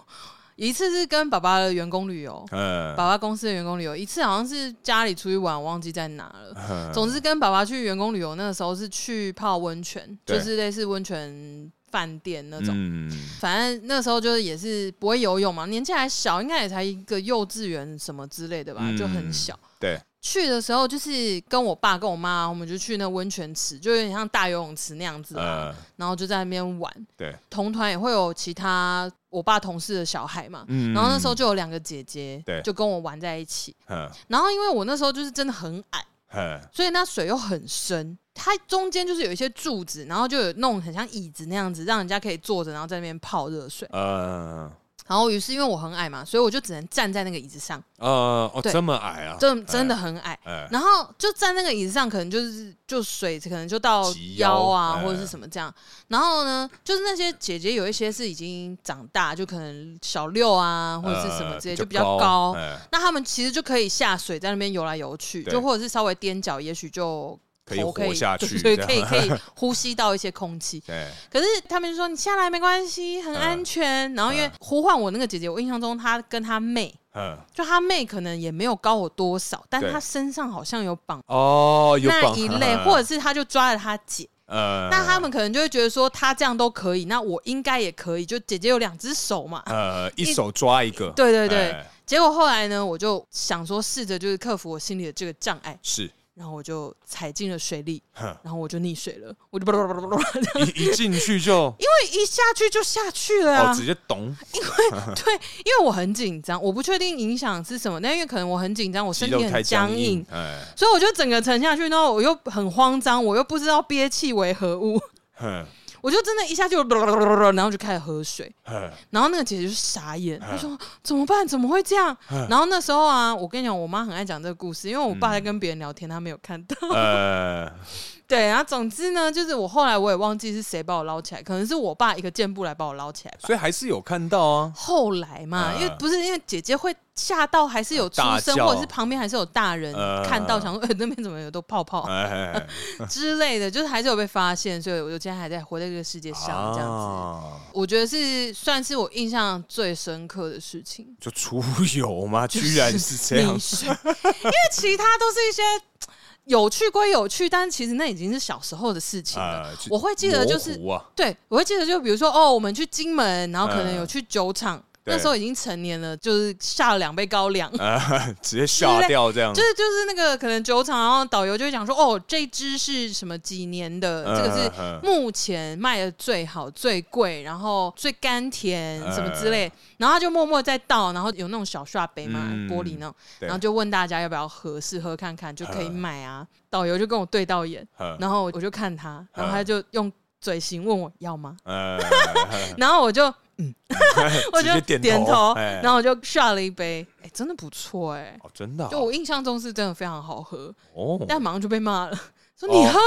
Speaker 5: 一次是跟爸爸的员工旅游，
Speaker 4: 呃，
Speaker 5: 爸爸公司的员工旅游，一次好像是家里出去玩，我忘记在哪了。
Speaker 4: 嗯
Speaker 5: 总之跟爸爸去员工旅游，那个时候是去泡温泉，
Speaker 4: 对
Speaker 5: 就是类似温泉饭店那种。
Speaker 4: 嗯，
Speaker 5: 反正那时候就是也是不会游泳嘛，年纪还小，应该也才一个幼稚园什么之类的吧，
Speaker 4: 嗯
Speaker 5: 就很小。
Speaker 4: 对，
Speaker 5: 去的时候就是跟我爸跟我妈，我们就去那温泉池，就有点像大游泳池那样子啊，
Speaker 4: 呃，
Speaker 5: 然后就在那边玩。
Speaker 4: 对，
Speaker 5: 同团也会有其他我爸同事的小孩嘛，
Speaker 4: 嗯
Speaker 5: 然后那时候就有两个姐姐
Speaker 4: 对，
Speaker 5: 就跟我玩在一起。
Speaker 4: 嗯，
Speaker 5: 然后因为我那时候就是真的很矮，
Speaker 4: 嗯，
Speaker 5: 所以那水又很深，它中间就是有一些柱子，然后就有弄很像椅子那样子，让人家可以坐着，然后在那边泡热水。
Speaker 4: 呃，
Speaker 5: 然后于是因为我很矮嘛，所以我就只能站在那个椅子上，
Speaker 4: 呃，哦，
Speaker 5: 对
Speaker 4: 这么矮啊？
Speaker 5: 真真的很矮。
Speaker 4: 呃，
Speaker 5: 然后就站那个椅子上，可能就是就水可能就到
Speaker 4: 及
Speaker 5: 腰
Speaker 4: 腰
Speaker 5: 啊，
Speaker 4: 哎
Speaker 5: 或者是什么这样。然后呢，就是那些姐姐有一些是已经长大，就可能小六啊，或者是什么
Speaker 4: 呃
Speaker 5: 之类，就比较高
Speaker 4: 高。。呃
Speaker 5: 那他们其实就可以下水，在那边游来游去，
Speaker 4: 对
Speaker 5: 就或者是稍微踮脚，也许就
Speaker 4: 可以
Speaker 5: 头
Speaker 4: 活下去
Speaker 5: 对，
Speaker 4: 这样
Speaker 5: 可以可 以呼吸到一些空气。
Speaker 4: 对，
Speaker 5: 可是他们就说你下来没关系，很安全。然后因为呼唤我那个姐姐，我印象中她跟她妹，
Speaker 4: 嗯，
Speaker 5: 就她妹可能也没有高我多少，但
Speaker 4: 对
Speaker 5: 她身上好像有绑。
Speaker 4: 哦，有
Speaker 5: 那
Speaker 4: 绑
Speaker 5: 一类，或者是她就抓了她姐，
Speaker 4: 呃，
Speaker 5: 那他们可能就会觉得说她这样都可以，那我应该也可以。就姐姐有两只手嘛，
Speaker 4: 呃，一手抓一个，
Speaker 5: 对对对。
Speaker 4: 哎
Speaker 5: 结果后来呢，我就想说试着就是克服我心里的这个障碍，
Speaker 4: 是
Speaker 5: 然后我就踩进了水里，
Speaker 4: 哼
Speaker 5: 然后我就溺水了，我就因
Speaker 4: 一一进去就
Speaker 5: 为一下去就下去了啊，
Speaker 4: 哦，直接咚，
Speaker 5: 对，因为我很紧张，我不确定影响是什么，但因为可能我很紧张，我
Speaker 4: 肌
Speaker 5: 身
Speaker 4: 肉
Speaker 5: 体
Speaker 4: 太
Speaker 5: 很
Speaker 4: 僵
Speaker 5: 硬
Speaker 4: 硬，，哎，
Speaker 5: 所以我就整个沉下去，然后我又很慌张，我又不知道憋气为何物，
Speaker 4: 哼
Speaker 5: 我就真的一下就， 然后就开始喝水，
Speaker 4: 哼
Speaker 5: 然后那个姐姐就傻
Speaker 4: 嗯
Speaker 5: 眼，她说怎么办？怎么会这样？然后那时候啊，我跟你讲，我妈很爱讲这个故事，因为我爸在跟别人聊天，她没有看到。
Speaker 4: 呃，
Speaker 5: 对，然后总之呢，就是我后来我也忘记是谁把我捞起来，可能是我爸一个箭步来把我捞起来吧。
Speaker 4: 所以还是有看到啊。
Speaker 5: 后来嘛，
Speaker 4: 嗯
Speaker 5: 因为不是因为姐姐会吓到，还是有出
Speaker 4: 大
Speaker 5: 声，
Speaker 4: 叫
Speaker 5: 或者是旁边还是有大人
Speaker 4: 嗯
Speaker 5: 看到，想说、呃那边怎么有都泡泡
Speaker 4: 哎哎，哎
Speaker 5: 之类的，就是还是有被发现，所以我就今天还在活在这个世界上这样子。
Speaker 4: 啊
Speaker 5: 我觉得是算是我印象最深刻的事情，
Speaker 4: 就出游吗？居然是这样
Speaker 5: 溺，水因为其他都是一些有趣归有趣，但其实那已经是小时候的事情了。
Speaker 4: 啊就
Speaker 5: 我会记得就是
Speaker 4: 模糊啊，
Speaker 5: 对，我会记得，就比如说哦，我们去金门，然后可能
Speaker 4: 嗯
Speaker 5: 有去酒厂，
Speaker 4: 对
Speaker 5: 那时候已经成年了，就是下了两杯高粱，
Speaker 4: 啊，直接吓掉这样
Speaker 5: 就。是就是那个可能酒厂，然后导游就会讲说，哦，这支是什么几年的，
Speaker 4: 嗯
Speaker 5: 这个是
Speaker 4: 嗯嗯
Speaker 5: 目前卖的最好、最贵，然后最甘甜
Speaker 4: 嗯
Speaker 5: 什么之类，然后他就默默在倒，然后有那种小刷杯嘛，
Speaker 4: 嗯
Speaker 5: 玻璃那种，
Speaker 4: 对
Speaker 5: 然后就问大家要不要喝，试喝看看就可以买啊。导游就跟我对到眼，
Speaker 4: 嗯
Speaker 5: 然后我就看他，然后他就用嘴型问我要吗，
Speaker 4: 呃，
Speaker 5: 然后我就。嗯， 我
Speaker 4: 直
Speaker 5: 就
Speaker 4: 接点头
Speaker 5: 头，
Speaker 4: 哎
Speaker 5: 然后我就下了一杯，哎、真的不错哎、
Speaker 4: 哦，真的啊
Speaker 5: 就我印象中是真的非常好喝，
Speaker 4: 哦，
Speaker 5: 但马上就被骂 了，说
Speaker 4: 哦
Speaker 5: 你喝、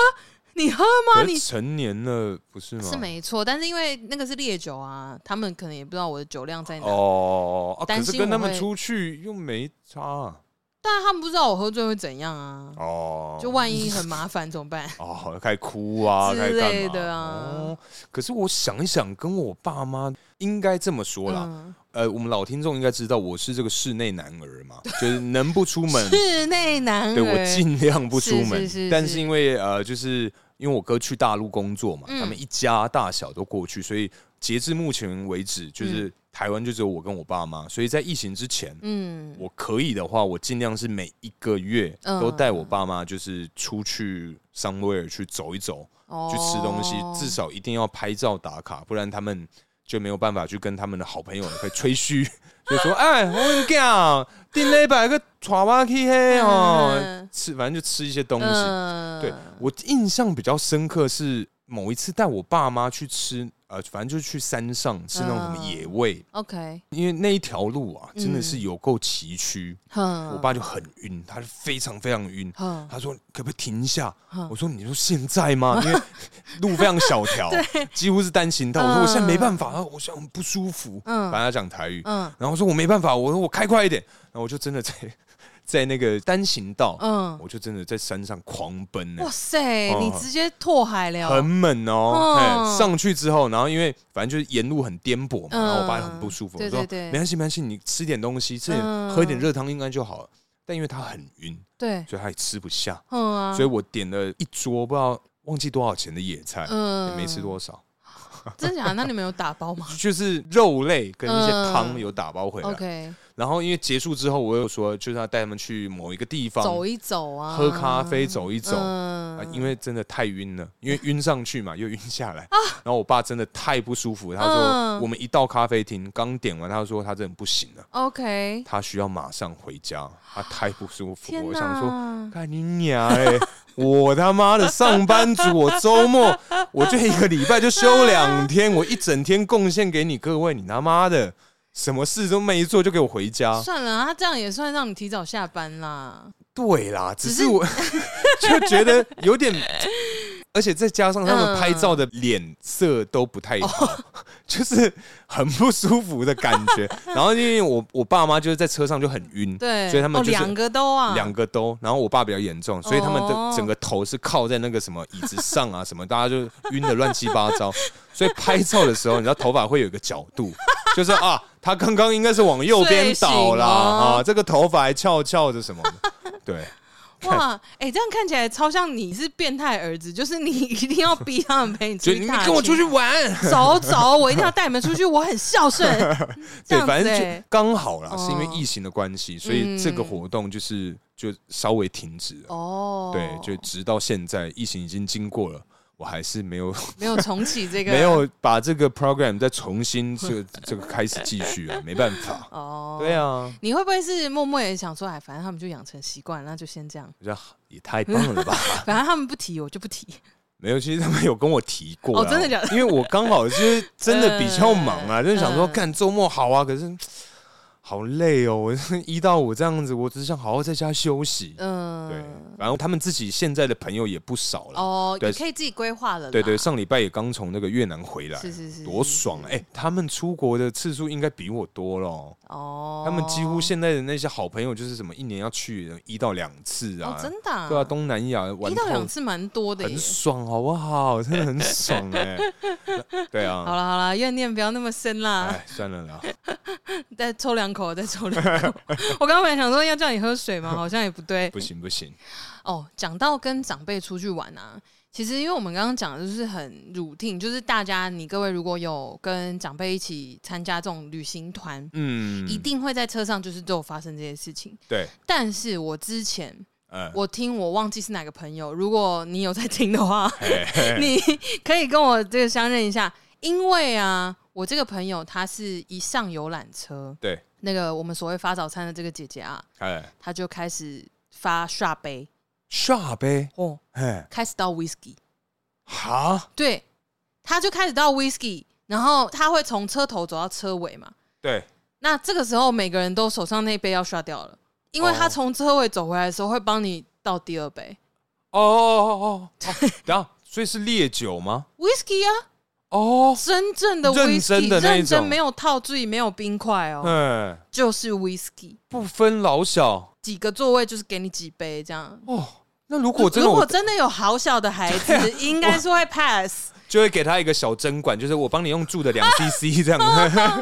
Speaker 5: 你喝吗？
Speaker 4: 可
Speaker 5: 你
Speaker 4: 是成年了不是吗？
Speaker 5: 是没错，但是因为那个是烈酒啊，他们可能也不知道我的酒量在哪，
Speaker 4: 哦，啊可
Speaker 5: 担
Speaker 4: 是
Speaker 5: 心
Speaker 4: 跟他
Speaker 5: 我
Speaker 4: 们
Speaker 5: 会
Speaker 4: 出去又没差啊
Speaker 5: 但他们不知道我喝醉会怎样啊，
Speaker 4: 哦，
Speaker 5: 就万一很麻烦怎么办？
Speaker 4: 哦，开始哭啊，
Speaker 5: 之
Speaker 4: 开始干嘛
Speaker 5: 类的啊
Speaker 4: 哦，可是我想一想，跟我爸妈应该这么说啦。
Speaker 5: 嗯，
Speaker 4: 呃，我们老听众应该知道，我是这个室内男儿嘛，就是能不出门，
Speaker 5: 室内男儿，
Speaker 4: 对我尽量不出门。
Speaker 5: 嗯是是是
Speaker 4: 但
Speaker 5: 是
Speaker 4: 是因为呃，就是因为我哥去大陆工作嘛，
Speaker 5: 嗯
Speaker 4: 他们一家大小都过去，所以截至目前为止，就是台湾就只有我跟我爸妈。所以在疫情之前，
Speaker 5: 嗯，
Speaker 4: 我可以的话，我尽量是每一个月
Speaker 5: 嗯
Speaker 4: 都带我爸妈，就是出去 somewhere 去走一走，
Speaker 5: 哦
Speaker 4: 去吃东西，至少一定要拍照打卡，不然他们就没有办法去跟他们的好朋友会吹嘘， 就说：“哎，我跟你讲，订了一百个爪哇去嘿哦
Speaker 5: 嗯，
Speaker 4: 吃反正就吃一些东西。
Speaker 5: 嗯
Speaker 4: 对我印象比较深刻是某一次带我爸妈去吃，呃，反正就是去山上吃那种什么
Speaker 5: 嗯
Speaker 4: 野味，
Speaker 5: ，OK，
Speaker 4: 因为那一条路啊，真的
Speaker 5: 嗯
Speaker 4: 是有够崎岖。
Speaker 5: 哼，
Speaker 4: 我爸就很晕，他是非常非常晕。
Speaker 5: 哼，
Speaker 4: 他说：“可不可以停一下？”
Speaker 5: 嗯
Speaker 4: 我说：“你说现在吗？ 因为路非常小条，几乎是单行道。”我说：“我现在没办法，他说我现在很不舒服。”
Speaker 5: 嗯
Speaker 4: 反正他讲台语，
Speaker 5: 嗯
Speaker 4: 然后我说我没办法，我说我开快一点，然后我就真的在 在那个单行道，
Speaker 5: 嗯，
Speaker 4: 我就真的在山上狂奔呢、
Speaker 5: 哇塞，
Speaker 4: 哦
Speaker 5: 你直接拓海了，
Speaker 4: 很猛哦、
Speaker 5: 嗯
Speaker 4: 嘿上去之后，然后因为反正就是沿路很颠簸嘛，
Speaker 5: 嗯
Speaker 4: 然后我爸很不舒服，
Speaker 5: 对
Speaker 4: 我说
Speaker 5: 对对
Speaker 4: 没关系没关系，你吃点东西，吃点、
Speaker 5: 嗯
Speaker 4: 喝一点热汤应该就好了。但因为他很晕，
Speaker 5: 对，
Speaker 4: 所以他也吃不下，
Speaker 5: 嗯啊，
Speaker 4: 所以我点了一桌不知道忘记多少钱的野菜，也
Speaker 5: 嗯
Speaker 4: 没吃多 少，
Speaker 5: 真假的？那你们有打 包吗
Speaker 4: 就是肉类跟一些
Speaker 5: 嗯
Speaker 4: 汤有打包回来。
Speaker 5: ？OK，
Speaker 4: 然后因为结束之后，我又说就是要带他们去某一个地方
Speaker 5: 走一走啊，
Speaker 4: 喝咖啡，走一走。
Speaker 5: 嗯
Speaker 4: 啊，因为真的太晕了， 因为晕上去嘛，又晕下来。然后我爸真的太不舒服，他说
Speaker 5: 啊嗯
Speaker 4: 我们一到咖啡厅，刚点完，他说他真的不行了，
Speaker 5: OK，
Speaker 4: 他需要马上回家，他太不舒服。
Speaker 5: 天
Speaker 4: 我
Speaker 5: 哪，
Speaker 4: 想说，看你娘嘞！我他妈的上班族，我周末我就一个礼拜就休两天，我一整天贡献给你各位，你他妈的什么事都没做就给我回家。
Speaker 5: 算了啊，他这样也算让你提早下班啦。
Speaker 4: 对啦，只
Speaker 5: 只
Speaker 4: 是
Speaker 5: 是
Speaker 4: 我 就觉得有点，而且再加上他们
Speaker 5: 嗯
Speaker 4: 拍照的脸色都不太好， 就是很不舒服的感 觉。然后因为我我爸妈就是在车上就很晕，
Speaker 5: 对，
Speaker 4: 所以他们
Speaker 5: 哦
Speaker 4: 就是
Speaker 5: 两、个都啊，
Speaker 4: 两个都，然后我爸比较严重，所以他们的
Speaker 5: 哦
Speaker 4: 整个头是靠在那个什么椅子上啊，什么大家就晕的乱七八糟，所以拍照的时候，你知道头发会有一个角度，就是啊，他刚刚应该是往右边倒啦，
Speaker 5: 睡醒哦
Speaker 4: 啊，这个头发还翘翘着什么的， 对，
Speaker 5: 哇，哎、这样看起来超像你是变态儿子，就是你 一定要逼他们陪你出
Speaker 4: 就
Speaker 5: 去
Speaker 4: 你
Speaker 5: 踏
Speaker 4: 跟我
Speaker 5: 青
Speaker 4: 出去玩，
Speaker 5: 走走，我一定要带你们出去，我很孝顺。
Speaker 4: 对，
Speaker 5: 这样子、哦
Speaker 4: 反正就
Speaker 5: 哎
Speaker 4: 刚好啦，
Speaker 5: 哦
Speaker 4: 是因为疫情的关系，所以这个活动就是就稍微停止了，
Speaker 5: 哦，
Speaker 4: 对，就直到现在疫情已经经过了，我还是没有。
Speaker 5: 没有重启这 个，
Speaker 4: 没有把这个 program 再重新这这个开始继续啊，没办法。
Speaker 5: 哦，
Speaker 4: 对。啊，
Speaker 5: 你会不会是默默也想说，哎，反正他们就养成习惯，那就先这样。
Speaker 4: 我觉得也太棒了吧？
Speaker 5: 反正他们不提，我就不提。
Speaker 4: 没有，其实他们有跟我提过啦
Speaker 5: 哦真的假的
Speaker 4: 因为我刚好就是真的比较忙啊，就是想说
Speaker 5: 嗯
Speaker 4: 干周末好啊，可 是好累哦，我一到五这样子，我只想好好在家休息。
Speaker 5: 嗯，
Speaker 4: 对，然后他们自己现在的朋友也不少了。
Speaker 5: 哦，
Speaker 4: 对
Speaker 5: 也可以自己规划了啦。
Speaker 4: 对对，上礼拜也刚从那个越南回来，
Speaker 5: 是是是
Speaker 4: 多爽啊哎、他们出国的次数应该比我多咯。
Speaker 5: 哦，
Speaker 4: 他们几乎现在的那些好朋友就是什么一年要去一到两次啊，
Speaker 5: 哦真的啊
Speaker 4: 对啊，东南亚玩
Speaker 5: 一到
Speaker 4: 透
Speaker 5: 两次蛮多的耶
Speaker 4: 很。爽，好不好？真的很爽 哎、对啊，
Speaker 5: 好了好了，怨念不要那么深啦，
Speaker 4: 哎，算了啦，
Speaker 5: 再抽 两口，再抽两口。我刚刚本来想说要叫你喝水嘛，好像也不对。
Speaker 4: 不行不行，
Speaker 5: 哦，讲到跟长辈出去玩啊，其实因为我们刚刚讲的就是很 routine，就是大家你各位如果有跟长辈一起参加这种旅行团，
Speaker 4: 嗯，
Speaker 5: 一定会在车上就是都有发生这些事情。
Speaker 4: 对，
Speaker 5: 但是我之前
Speaker 4: 嗯，
Speaker 5: 我听我忘记是哪个朋友，如果你有在听的话，
Speaker 4: 嘿 嘿
Speaker 5: 你可以跟我这个相认一下，因为啊，我这个朋友她是一上游览车，
Speaker 4: 对，
Speaker 5: 那个我们所谓发早餐的这个姐姐啊，
Speaker 4: 哎，
Speaker 5: 她就开始发刷杯
Speaker 4: 下呗，
Speaker 5: 哦，
Speaker 4: 哎，
Speaker 5: 开始倒 whisky，
Speaker 4: 哈，
Speaker 5: 对，她就开始倒 whisky，然后她会从车头走到车尾嘛，
Speaker 4: 对，
Speaker 5: 那这个时候每个人都手上那杯要刷掉了，因为她
Speaker 4: 哦
Speaker 5: 从车尾走回来的时候会帮你倒第二杯
Speaker 4: 哦 哦哦哦哦，等一下，所以是烈酒吗？
Speaker 5: whisky 啊，
Speaker 4: 哦，
Speaker 5: 真正的
Speaker 4: 认
Speaker 5: whisky，
Speaker 4: 真的那一
Speaker 5: 认真
Speaker 4: 种
Speaker 5: 没有套醉，没有冰块哦。
Speaker 4: 嗯，
Speaker 5: 就是 whisky，
Speaker 4: 不分老小
Speaker 5: 几个座位就是给你几杯这样。
Speaker 4: 哦。那如果真的
Speaker 5: 如果
Speaker 4: 我啊
Speaker 5: 真的有好小的孩子，应该是会 pass，
Speaker 4: 就会给他一个小针管，就是我帮你用注的两 CC 这样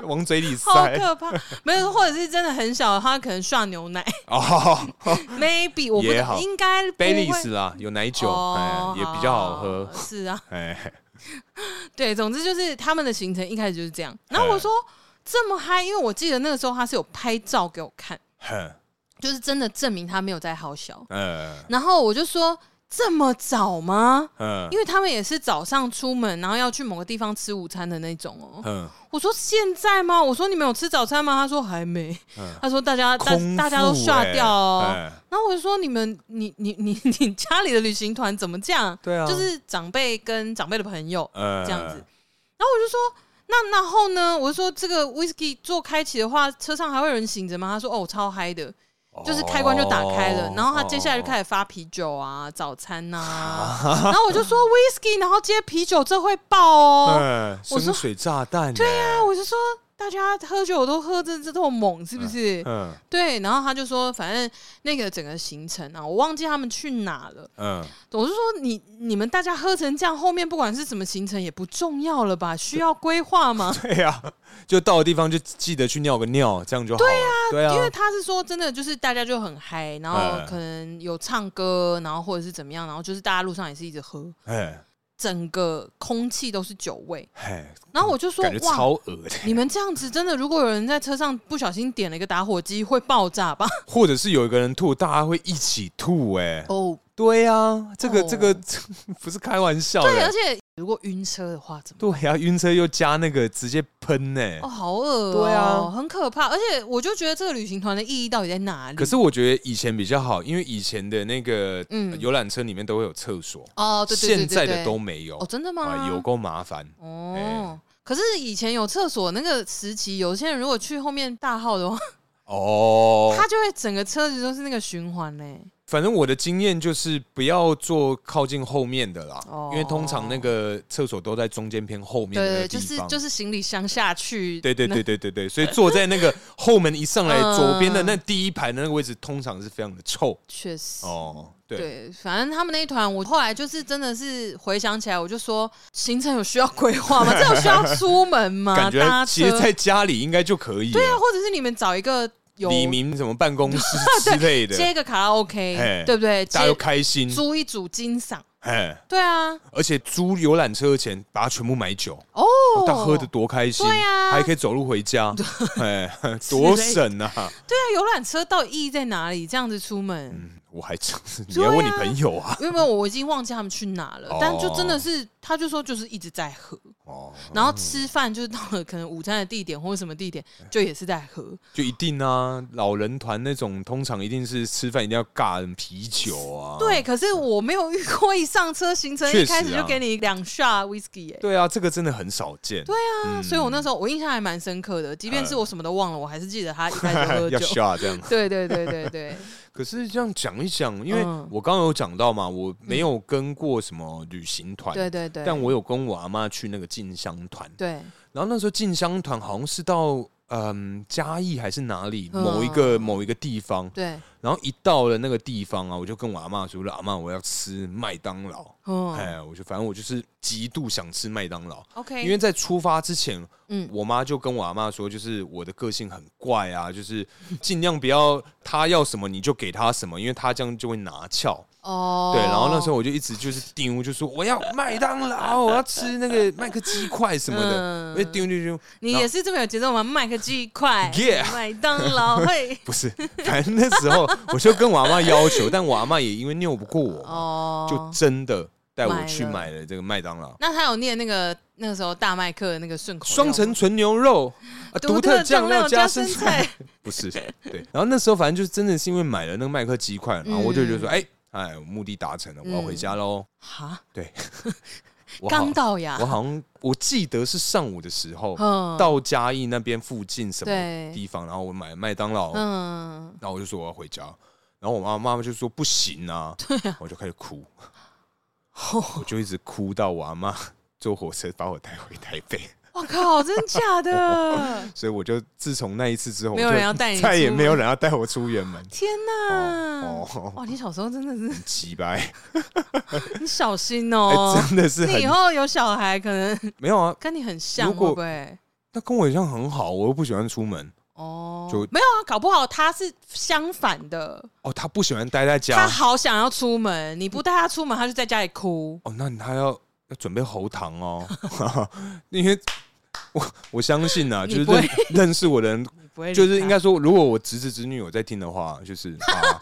Speaker 4: 往嘴里
Speaker 5: 好
Speaker 4: 塞
Speaker 5: 可怕。没有，或者是真的很小，他可能涮牛奶
Speaker 4: 哦，
Speaker 5: ，maybe 我不
Speaker 4: 也好
Speaker 5: 应该不
Speaker 4: 贝
Speaker 5: 会
Speaker 4: 利斯啦，有奶酒，
Speaker 5: 哦
Speaker 4: 哎，也比较好喝，
Speaker 5: 是啊，
Speaker 4: 哎，
Speaker 5: 对，总之就是他们的行程一开始就是这样。然后我
Speaker 4: 哎
Speaker 5: 说这么嗨，因为我记得那个时候他是有拍照给我看，
Speaker 4: 哼
Speaker 5: 就是真的证明他没有在好小。
Speaker 4: 呃，
Speaker 5: 然后我就说这么早吗？
Speaker 4: 嗯
Speaker 5: 因为他们也是早上出门，然后要去某个地方吃午餐的那种哦、
Speaker 4: 嗯，
Speaker 5: 我说现在吗？我说你们有吃早餐吗？他说还没。他说大家大
Speaker 4: 嗯空
Speaker 5: 大家都
Speaker 4: 腹
Speaker 5: 刷
Speaker 4: 欸
Speaker 5: 掉哦、
Speaker 4: 哎
Speaker 5: 然后我就说你们你你你你家里的旅行团怎么这样？
Speaker 4: 对啊
Speaker 5: 就是长辈跟长辈的朋友
Speaker 4: 呃
Speaker 5: 这样子。然后我就说那然后呢？我就说这个 whisky 做开启的话，车上还会有人醒着吗？他说哦超嗨的。
Speaker 4: 哦
Speaker 5: 就是开关就打开了，然后他接下来就开始发啤酒啊、 早餐呐、然后我就说 whisky，然后接啤酒，这会爆哦。
Speaker 4: 嗯，
Speaker 5: 我说
Speaker 4: 深水炸弹，对呀，
Speaker 5: 啊，我就说大家喝酒都喝这这么猛，是不是？
Speaker 4: 嗯
Speaker 5: 对，然后他就说，反正那个整个行程啊，我忘记他们去哪了。
Speaker 4: 嗯，
Speaker 5: 我是说你，你们大家喝成这样，后面不管是什么行程也不重要了吧？需要规划吗？
Speaker 4: 对呀，就到的地方就记得去尿个尿，这样就好了，对啊哎呀，
Speaker 5: 啊因
Speaker 4: 对
Speaker 5: 为
Speaker 4: 呀，
Speaker 5: 他是说真的，就是大家就很嗨，然后可能有唱歌，然后或者是怎么样，然后就是大家路上也是一直喝，
Speaker 4: 哎
Speaker 5: 整个空气都是酒味。
Speaker 4: 哎，
Speaker 5: 然后我就说
Speaker 4: 感觉，
Speaker 5: 哇，
Speaker 4: 超恶的，
Speaker 5: 你们这样子真的，如果有人在车上不小心点了一个打火机，会爆炸吧？
Speaker 4: 或者是有一个人吐，大家会一起吐，哎，
Speaker 5: 哦，
Speaker 4: 对呀，这个
Speaker 5: 哦
Speaker 4: 这个 不是开玩笑
Speaker 5: 对，而
Speaker 4: 的，
Speaker 5: 且如果晕车的话，怎么？
Speaker 4: 对呀，晕车又加那个直接喷呢
Speaker 5: 哦，。好恶、哦，
Speaker 4: 对啊
Speaker 5: 很可怕。而且我就觉得这个旅行团的意义到底在哪里？
Speaker 4: 可是我觉得以前比较好，因为以前的那个
Speaker 5: 嗯
Speaker 4: 游览车里面都会有厕所，
Speaker 5: 哦，对对对对
Speaker 4: 现在的
Speaker 5: 对
Speaker 4: 都没有
Speaker 5: 哦，真的吗？
Speaker 4: 啊，有够麻烦。
Speaker 5: 哦。
Speaker 4: 哎
Speaker 5: 可是以前有厕所那个时期，有些人如果去后面大号的话，
Speaker 4: 哦，
Speaker 5: 他就会整个车子都是那个循环嘞。
Speaker 4: 反正我的经验就是不要坐靠近后面的啦，
Speaker 5: 哦
Speaker 4: 因为通常那个厕所都在中间偏后面的那
Speaker 5: 对，
Speaker 4: 个地
Speaker 5: 就是
Speaker 4: 方。
Speaker 5: 就是行李箱下去。
Speaker 4: 对对
Speaker 5: 那
Speaker 4: 对对对对，所以坐在那个后门一上来
Speaker 5: 嗯
Speaker 4: 左边的那第一排的那个位置，通常是非常的臭
Speaker 5: 确实。
Speaker 4: 哦。对，
Speaker 5: 对，反正他们那一团，我后来就是真的是回想起来，我就说行程有需要规 划吗？这有需要出门吗？
Speaker 4: 感觉
Speaker 5: 搭车
Speaker 4: 其实在家里应该就可以了。对啊
Speaker 5: 那或者是你们找一个有
Speaker 4: 李明什么办公 室之类的，
Speaker 5: 接一个卡拉 OK，
Speaker 4: 嘿
Speaker 5: 对不对？
Speaker 4: 大家都
Speaker 5: 接
Speaker 4: 开心。
Speaker 5: 租一组金嗓，
Speaker 4: 哎，
Speaker 5: 对啊，
Speaker 4: 而且租游览车的钱把它全部买酒，
Speaker 5: 哦，
Speaker 4: 他喝的多开心，
Speaker 5: 对啊
Speaker 4: 还可以走路回 家，哎，多省啊！
Speaker 5: 对啊，游览车到底意义在哪里？这样子出门，
Speaker 4: 嗯我还真是，你
Speaker 5: 对啊
Speaker 4: 要问你朋友啊，
Speaker 5: 因为我我已经忘记他们去哪了
Speaker 4: 哦，
Speaker 5: 但就真的是，他就说就是一直在喝，
Speaker 4: 哦，
Speaker 5: 然后吃饭就是到了可能午餐的地点或者什么地点，就也是在喝，
Speaker 4: 就一定啊，老人团那种通常一定是吃饭一定要尬啤酒啊，
Speaker 5: 对，可是我没有遇过一上车行程
Speaker 4: 确
Speaker 5: 一
Speaker 4: 实
Speaker 5: 开始就
Speaker 4: 啊
Speaker 5: 给你两 shot whisky 哎、
Speaker 4: 对啊，这个真的很少见，对
Speaker 5: 对啊，所以我那时候我印象还蛮深刻的，即便是我什么都忘了，我还是记得他一开始
Speaker 4: 嗯
Speaker 5: 喝
Speaker 4: 要啊
Speaker 5: 酒。
Speaker 4: 下这样。
Speaker 5: 对对对对对，
Speaker 4: 可是这样讲一讲，因为
Speaker 5: 嗯
Speaker 4: 我刚刚有讲到嘛，我没有跟过什么旅行团，
Speaker 5: 对对对，
Speaker 4: 但我有跟我阿妈去那个进香团，
Speaker 5: 对
Speaker 4: 然后那时候进香团好像是到嗯嘉义还是哪里
Speaker 5: 嗯
Speaker 4: 某一个某一个地方，
Speaker 5: 对，
Speaker 4: 然后一到了那个地方啊，我就跟我阿妈说了，阿妈我要吃麦当劳，
Speaker 5: 嗯
Speaker 4: 哎，我就反正我就是极度想吃麦当劳，
Speaker 5: ，OK，
Speaker 4: 因为在出发之前，
Speaker 5: 嗯
Speaker 4: 我妈就跟我阿妈说，就是我的个性很怪啊，就是尽量不 要她要什么你就给她什么，因为她这样就会拿翘。
Speaker 5: 哦，
Speaker 4: 对，然后那时候我就一直就是丢，就说我要麦当劳，我要吃那个麦克鸡块什么的，
Speaker 5: 嗯
Speaker 4: 我就丢丢丢，
Speaker 5: 你
Speaker 4: 然后
Speaker 5: 也是这么有节奏吗？麦克鸡块
Speaker 4: Yeah
Speaker 5: 麦当劳 会
Speaker 4: 不是，反正那时候我就跟我阿妈要求，但我阿妈也因为拗不过我嘛，
Speaker 5: 哦，
Speaker 4: 就真的带我去
Speaker 5: 买
Speaker 4: 买了这个麦当劳。
Speaker 5: 那他有念那个那个时候大麦克的那个顺口溜
Speaker 4: 双层纯牛肉，啊独特酱料加生菜，，不是对。然后那时候反正就是真的是因为买了那个麦克鸡块，然后我就觉得说，
Speaker 5: 嗯
Speaker 4: 哎哎，目的达成了，我要回家喽。
Speaker 5: 哈，
Speaker 4: 我好
Speaker 5: 嗯刚到呀
Speaker 4: 我，好像我记得是上午的时候
Speaker 5: 嗯
Speaker 4: 到嘉义那边附近什么
Speaker 5: 对
Speaker 4: 地方，然后我买麦当劳，然
Speaker 5: 嗯，
Speaker 4: 后我就说我要回家，然后我妈妈妈就说不行 啊，我就开始哭，
Speaker 5: 哦
Speaker 4: 我就一直哭到我阿妈 坐火车把我带回台北。
Speaker 5: 我 靠，真的假的？
Speaker 4: 所以我就自从那一次之后，
Speaker 5: 没有
Speaker 4: 我就
Speaker 5: 人要带你
Speaker 4: 再也
Speaker 5: 出
Speaker 4: 没有
Speaker 5: 门嗯
Speaker 4: 人要带我出远 门，
Speaker 5: 天哪！
Speaker 4: 哦哦
Speaker 5: 哇，你小时候真的是
Speaker 4: 鸡掰，
Speaker 5: 你小心
Speaker 4: 哎
Speaker 5: 哦、
Speaker 4: 真的是
Speaker 5: 你
Speaker 4: 很
Speaker 5: 以后有小孩，可能
Speaker 4: 没有啊。
Speaker 5: 跟你很像，
Speaker 4: 如果
Speaker 5: 会不会？
Speaker 4: 那跟我一样很好，我又不喜欢出门。
Speaker 5: 哦，
Speaker 4: 就
Speaker 5: 没有啊，搞不好他是相反的，
Speaker 4: 哦，他不喜欢待在家
Speaker 5: 他，好想要出门，你不带他出门，他就在家里哭。
Speaker 4: 哦，那他要要准备喉糖 哦，因为我我相信啊，就是
Speaker 5: 你不会
Speaker 4: 认认识我的人，
Speaker 5: 你不会理他，
Speaker 4: 就是应该说，如果我侄子侄女有在听的话， 就是啊，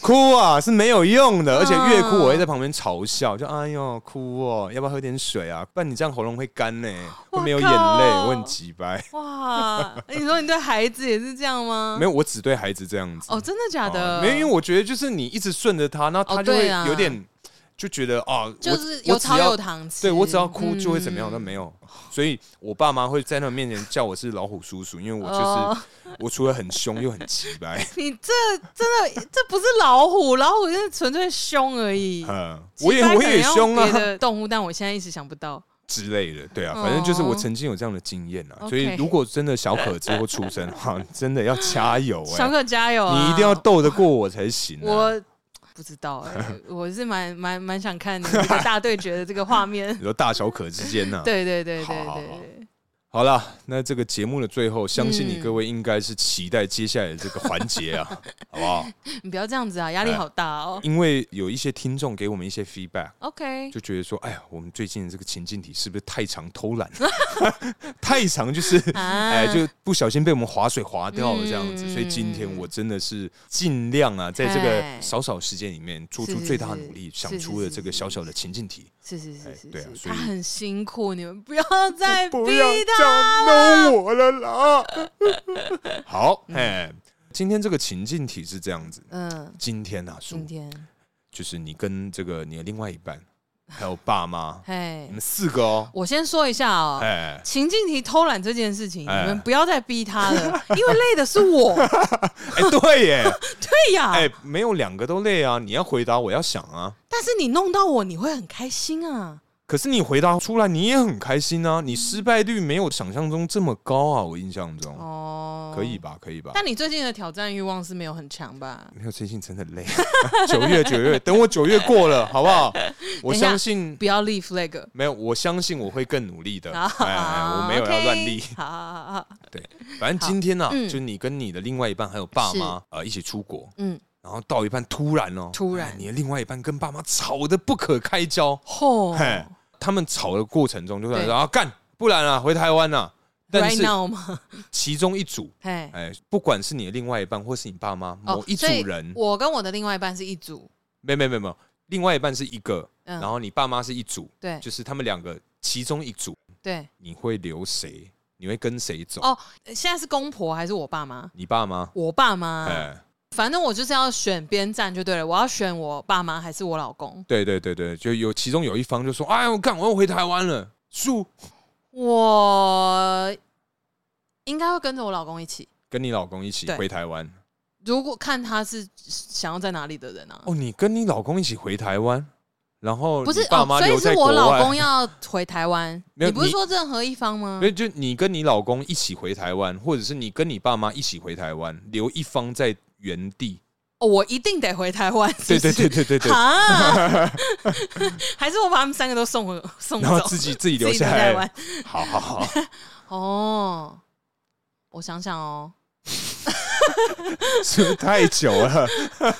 Speaker 4: 哭啊是没有用的，而且越哭我
Speaker 5: 嗯
Speaker 4: 会在旁边嘲笑，就哎呦哭哦，要不要喝点水啊？不然你这样喉咙会干呢、会没有眼泪，
Speaker 5: 靠
Speaker 4: 我很急掰。
Speaker 5: 哇！你说你对孩子也是这样吗？
Speaker 4: 没有，我只对孩子这样子。
Speaker 5: 嗯哦，真的假的？
Speaker 4: 哦没有，因为我觉得就是你一直顺着他，那他
Speaker 5: 哦
Speaker 4: 就会
Speaker 5: 对啊
Speaker 4: 有点就觉得哦，我
Speaker 5: 就是
Speaker 4: 我
Speaker 5: 有
Speaker 4: 只
Speaker 5: 糖
Speaker 4: 要
Speaker 5: 有糖吃，
Speaker 4: 对我只要哭就会怎么样，
Speaker 5: 嗯
Speaker 4: 但没有，所以我爸妈会在他们面前叫我是老虎叔叔，因为我就是我除了很凶又很急 白，
Speaker 5: 哦你这真的这不是老虎，老虎就是纯粹凶而已。
Speaker 4: 嗯，
Speaker 5: 鸡
Speaker 4: 我也
Speaker 5: 掰
Speaker 4: 我
Speaker 5: 可能
Speaker 4: 也
Speaker 5: 用
Speaker 4: 凶
Speaker 5: 别
Speaker 4: 啊
Speaker 5: 的动物，但我现在一时想不到。
Speaker 4: 之类的，对啊，反正就是我曾经有这样的经验啊，
Speaker 5: 哦
Speaker 4: 所以
Speaker 5: OK
Speaker 4: 如果真的小可知或出生 哈，真的要加油
Speaker 5: 小
Speaker 4: 哎，
Speaker 5: 可加油、啊！
Speaker 4: 你一定要斗得过我才行啊。
Speaker 5: 我不知道哎、 我是蛮蛮蛮想看你们这个大对决的这个画面
Speaker 4: 你。说大小可之间啊呐，
Speaker 5: 对对对对
Speaker 4: 好好好
Speaker 5: 对对，
Speaker 4: 好啦，那这个节目的最后，相信你
Speaker 5: 嗯
Speaker 4: 各位应该是期待接下来的这个环节 啊，好不好？
Speaker 5: 你不要这样子啊，
Speaker 4: 哎
Speaker 5: 压力好大哦。
Speaker 4: 因为有一些听众给我们一些 feedback，
Speaker 5: OK，
Speaker 4: 就觉得说，哎呀，我们最近的这个情境题是不是太常偷 懒，太常就是。
Speaker 5: 啊
Speaker 4: 哎，就不小心被我们划水划掉了这样子，
Speaker 5: 嗯
Speaker 4: 所以今天我真的是尽量啊，在这
Speaker 5: 哎
Speaker 4: 个少少时间里面做出
Speaker 5: 是是
Speaker 4: 最大的
Speaker 5: 是
Speaker 4: 努力，
Speaker 5: 是
Speaker 4: 想
Speaker 5: 是
Speaker 4: 出了
Speaker 5: 是
Speaker 4: 这个小小的情境题。
Speaker 5: 是是是
Speaker 4: 哎
Speaker 5: 是是，
Speaker 4: 对啊所以
Speaker 5: 他很辛苦，你们 不要 再逼
Speaker 4: 不要
Speaker 5: 他。
Speaker 4: 再弄我了啦！ 好，哎，今天这个情境题是这样子，
Speaker 5: 嗯，
Speaker 4: 今天啊，叔
Speaker 5: 今，天，
Speaker 4: 就是你跟这个你的另外一半，还有爸 妈，
Speaker 5: 嘿
Speaker 4: 你们，四个哦，
Speaker 5: 我先说一下哦，
Speaker 4: 哎，
Speaker 5: 情境题偷懒这件事情，你
Speaker 4: 哎
Speaker 5: 们不要再逼他了，因为累的是我。
Speaker 4: 哎，对耶，
Speaker 5: 对呀，
Speaker 4: 哎，没有两个都累啊，你要回答，我要想啊。
Speaker 5: 但是你弄到我，你会很开心啊。
Speaker 4: 可是你回答出来，你也很开心
Speaker 5: 嗯
Speaker 4: 啊，你失败率没有想象中这么高啊，我印象中，
Speaker 5: 哦，
Speaker 4: 可以。吧，可以吧。
Speaker 5: 但你最近的挑战欲望是没有很强吧？
Speaker 4: 没有，最近真的累。啊九月，九月，等我九月过了，好不好？我
Speaker 5: 等一下
Speaker 4: 相信
Speaker 5: 不要立 flag。
Speaker 4: 没有，我相信我会更努力 的。哎，
Speaker 5: 啊
Speaker 4: 哎我没有要乱立。
Speaker 5: 好好好好，
Speaker 4: 对，反正今天呢、啊，
Speaker 5: 好嗯
Speaker 4: 就你跟你的另外一半还有爸妈呃一起出国，
Speaker 5: 嗯，
Speaker 4: 然后到一半突然哦，
Speaker 5: 突然
Speaker 4: 哎你的另外一半跟爸妈吵得不可开交，
Speaker 5: 吼
Speaker 4: 嘿，他们吵的过程中就突然说
Speaker 5: 对
Speaker 4: 啊干，不然啊回台湾啊，但
Speaker 5: ，right
Speaker 4: 是
Speaker 5: now 吗？
Speaker 4: 其中一组。
Speaker 5: 嘿，
Speaker 4: 哎，不管是你的另外一半，或是你爸妈，
Speaker 5: 哦
Speaker 4: 某一组
Speaker 5: 所以
Speaker 4: 人，
Speaker 5: 我跟我的另外一半是一组，
Speaker 4: 没没没没，另外一半是一个，
Speaker 5: 嗯
Speaker 4: 然后你爸妈是一组，
Speaker 5: 对
Speaker 4: 就是他们两个其中一组，
Speaker 5: 对。
Speaker 4: 你会留谁？你会跟谁走？
Speaker 5: 哦，现在是公婆还是我爸妈？
Speaker 4: 你爸妈？
Speaker 5: 我爸妈，
Speaker 4: 哎，
Speaker 5: 反正我就是要选边站就对了。我要选我爸妈还是我老公？
Speaker 4: 对对对对，就有其中有一方就说：“哎呦，干，我要回台湾了。”叔
Speaker 5: 我应该会跟着我老公一起。
Speaker 4: 跟你老公一起
Speaker 5: 对
Speaker 4: 回台湾，
Speaker 5: 如果看他是想要在哪里的人啊，
Speaker 4: 哦，你跟你老公一起回台湾，然后
Speaker 5: 不是哦
Speaker 4: 你爸妈
Speaker 5: 所以
Speaker 4: 留在
Speaker 5: 是
Speaker 4: 国
Speaker 5: 我
Speaker 4: 外，
Speaker 5: 老公要回台湾，
Speaker 4: 没有
Speaker 5: 你不是
Speaker 4: 你
Speaker 5: 说任何一方吗
Speaker 4: 所？以就你跟你老公一起回台湾，或者是你跟你爸妈一起回台湾，留一方在原地。
Speaker 5: 哦，我一定得回台湾，
Speaker 4: 对
Speaker 5: 是不
Speaker 4: 对
Speaker 5: 是
Speaker 4: 对对对 对，
Speaker 5: 啊！ 还是我把他们三个都送回送
Speaker 4: 然后
Speaker 5: 走，
Speaker 4: 自己自己
Speaker 5: 自
Speaker 4: 留
Speaker 5: 己
Speaker 4: 下
Speaker 5: 留台
Speaker 4: 来
Speaker 5: 湾。。
Speaker 4: 好好好，
Speaker 5: 哦，我想想哦，
Speaker 4: 是不是太久了？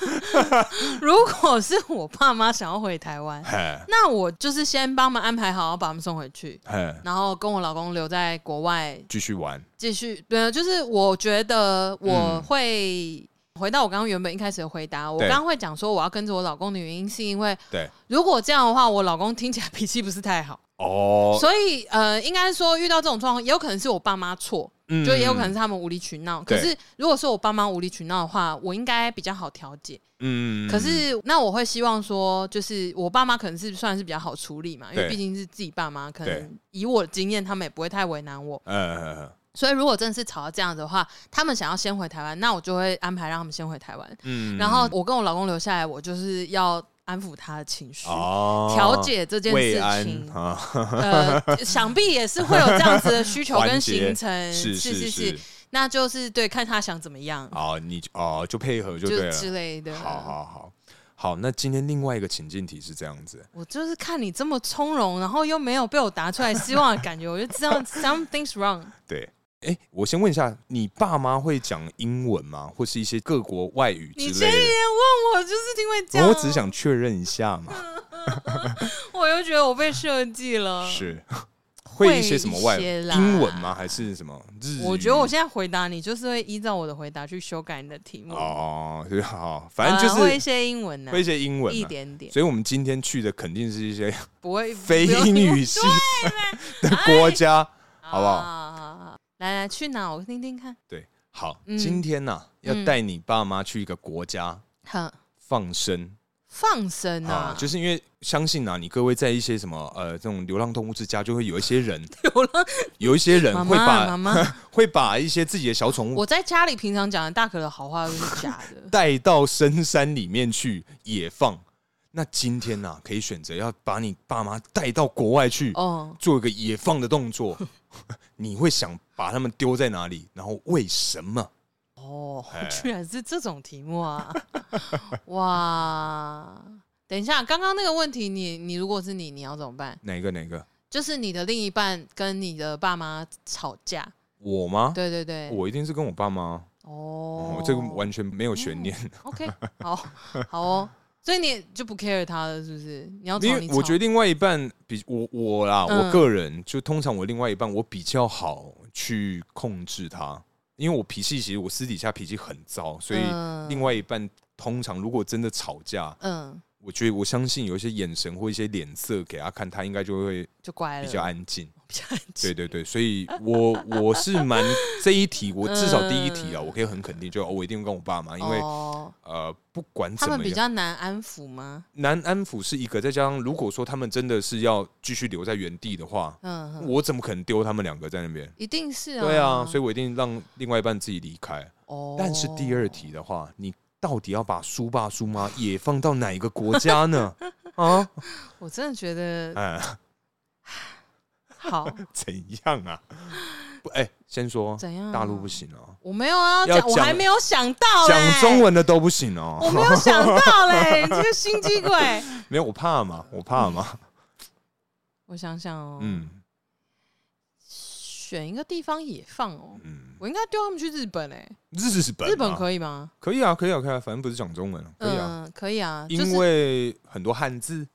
Speaker 5: 如果是我爸妈想要回 台湾，
Speaker 4: 哎
Speaker 5: 那我就是先帮忙安排好，把他们送回去，
Speaker 4: 哎，
Speaker 5: 然后跟我老公留在国外
Speaker 4: 继续玩。
Speaker 5: 继续。对，就是我觉得我
Speaker 4: 嗯
Speaker 5: 会。回到我刚刚原本一开始的回答，我
Speaker 4: 对
Speaker 5: 刚刚会讲说我要跟着我老公的原因，是因为
Speaker 4: 对，
Speaker 5: 如果这样的话，我老公听起来脾气不是太好。
Speaker 4: 哦，
Speaker 5: 所以呃，应该说遇到这种状况，也有可能是我爸妈错，
Speaker 4: 嗯
Speaker 5: 就也有可能是他们无理取闹。可
Speaker 4: 对
Speaker 5: 是如果说我爸妈无理取闹的话，我应该比较好调解。
Speaker 4: 嗯
Speaker 5: 可是那我会希望说，就是我爸妈可能是算是比较好处理嘛，因为
Speaker 4: 对
Speaker 5: 毕竟是自己爸妈，可
Speaker 4: 对
Speaker 5: 能以我的经验，他们也不会太为难我。
Speaker 4: 呃，
Speaker 5: 所以如果真的是吵到这样子的话，他们想要先回台湾，那我就会安排让他们先回台湾，
Speaker 4: 嗯
Speaker 5: 然后我跟我老公留下来，我就是要安抚他的情绪。
Speaker 4: 哦，
Speaker 5: 调解这件
Speaker 4: 慰
Speaker 5: 事
Speaker 4: 安
Speaker 5: 情，
Speaker 4: 啊，
Speaker 5: 呃，想必也是会有这样子的需 求
Speaker 4: 环
Speaker 5: 跟
Speaker 4: 节
Speaker 5: 行程，
Speaker 4: 是
Speaker 5: 嗯是
Speaker 4: 是是，
Speaker 5: 那就是对看他想怎么样，
Speaker 4: 哦，你就哦就配合就
Speaker 5: 就
Speaker 4: 对
Speaker 5: 之
Speaker 4: 了。
Speaker 5: 类的。
Speaker 4: 好好好好，那今天另外一个情境题是这样子，
Speaker 5: 我就是看你这么从容，然后又没有被我答出来失望的感觉，我就知道 something's wrong。
Speaker 4: 对。哎，我先问一下，你爸妈会讲英文吗？或是一些各国外语
Speaker 5: 你
Speaker 4: 之
Speaker 5: 这一
Speaker 4: 类
Speaker 5: 眼
Speaker 4: 的？
Speaker 5: 问我，就是因为这样，
Speaker 4: 我只是，想确认一下嘛，
Speaker 5: 我又觉得我被设计了。，
Speaker 4: 是会一些什么外
Speaker 5: 嗯一些啦
Speaker 4: 英文吗？还是什么日语？
Speaker 5: 我觉得我现在回答你，就是会依照我的回答去修改你的题目。
Speaker 4: 哦，对，好，
Speaker 5: 啊，
Speaker 4: 反正就
Speaker 5: 会一
Speaker 4: 是
Speaker 5: 些英文呢、
Speaker 4: 会一些英文
Speaker 5: 一
Speaker 4: 嘛，
Speaker 5: 点点，
Speaker 4: 所以我们今天去的肯定是一些
Speaker 5: 不会
Speaker 4: 非
Speaker 5: 不用
Speaker 4: 英语系的国家。好不好
Speaker 5: 好？啊来来，去哪？我听听看。
Speaker 4: 对，好，
Speaker 5: 嗯
Speaker 4: 今天呢、要带你爸妈去一个国家
Speaker 5: 好，
Speaker 4: 放生
Speaker 5: 放生
Speaker 4: 啊
Speaker 5: 啊，，
Speaker 4: 就是因为相信啊，你各位在一些什么呃这种流浪动物之家，就会有一些人，
Speaker 5: 流浪
Speaker 4: 有一些人
Speaker 5: 妈
Speaker 4: 会
Speaker 5: 妈妈
Speaker 4: 把
Speaker 5: 妈，
Speaker 4: 会把一些自己的小宠物
Speaker 5: 我在家里平常讲的大可的好话都是假 的。
Speaker 4: 带到深山里面去野放。那今天呢、可以选择要把你爸妈带到国外去，
Speaker 5: 哦，
Speaker 4: 做一个野放的动作， 你会想把他们丢在哪里，然后为什么？
Speaker 5: 哦
Speaker 4: 哎，
Speaker 5: 居然是这种题目啊！ 哇，等一下，刚刚那个问题，你你如果是你，你要怎么办？
Speaker 4: 哪一个哪一个？
Speaker 5: 就是你的另一半跟你的爸妈吵架，
Speaker 4: 我吗？
Speaker 5: 对对对，
Speaker 4: 我一定是跟我爸妈。
Speaker 5: 哦嗯
Speaker 4: 哦，，这个完全没有悬念，
Speaker 5: OK，好 好哦，所以你就不 care 他了，是不是？你要
Speaker 4: 因
Speaker 5: 吵
Speaker 4: 为
Speaker 5: 你
Speaker 4: 我
Speaker 5: 吵
Speaker 4: 觉得另外一半比我我啦，
Speaker 5: 嗯
Speaker 4: 我个人就通常我另外一半我比较好去控制他，因为我脾气其实我私底下脾气很糟，所以
Speaker 5: 嗯
Speaker 4: 另外一半通常如果真的吵架，
Speaker 5: 嗯，
Speaker 4: 我觉得我相信有一些眼神或一些脸色给他看，他应该就会
Speaker 5: 就乖了，
Speaker 4: 比较安静。
Speaker 5: 比较安
Speaker 4: 对
Speaker 5: 静。
Speaker 4: 对对，所以我我是蛮这一题，我至少第一题啊，我可以很肯定，就、哦我一定会跟我爸妈，因为、
Speaker 5: 哦、
Speaker 4: 呃，不管
Speaker 5: 他
Speaker 4: 怎
Speaker 5: 们
Speaker 4: 么
Speaker 5: 比
Speaker 4: 样，
Speaker 5: 较难安抚吗？
Speaker 4: 南安抚是一个，再加上如果说他们真的是要继续留在原地的话，
Speaker 5: 嗯，哼
Speaker 4: 我怎么可能丢他们两个在那边？
Speaker 5: 一定是啊，
Speaker 4: 对啊，所以我一定让另外一半自己离开。
Speaker 5: 哦，
Speaker 4: 但是第二题的话，你到底要把叔爸叔妈也放到哪一个国家 呢？啊，
Speaker 5: 我真的 觉得
Speaker 4: 哎，
Speaker 5: 好
Speaker 4: 怎样啊？不，哎，先说
Speaker 5: 怎样、啊
Speaker 4: 大陆不，行哦、
Speaker 5: 我没有啊，
Speaker 4: 要
Speaker 5: 讲我
Speaker 4: 讲
Speaker 5: 还没有想到嘞
Speaker 4: 讲中，文的都不行哦、
Speaker 5: 我没有想到 嘞，这个心机鬼，
Speaker 4: 没有，我怕嘛，我怕嘛，
Speaker 5: 我想想哦，
Speaker 4: 嗯
Speaker 5: 选一个地方野放哦，
Speaker 4: 嗯，
Speaker 5: 我应该丢他们去日本哎、
Speaker 4: 日本啊
Speaker 5: 日本可以吗？
Speaker 4: 可以啊，可以啊，可以啊，反正不是讲中文啊，可以啊，
Speaker 5: 嗯，可以啊，就是
Speaker 4: 因为很多汉字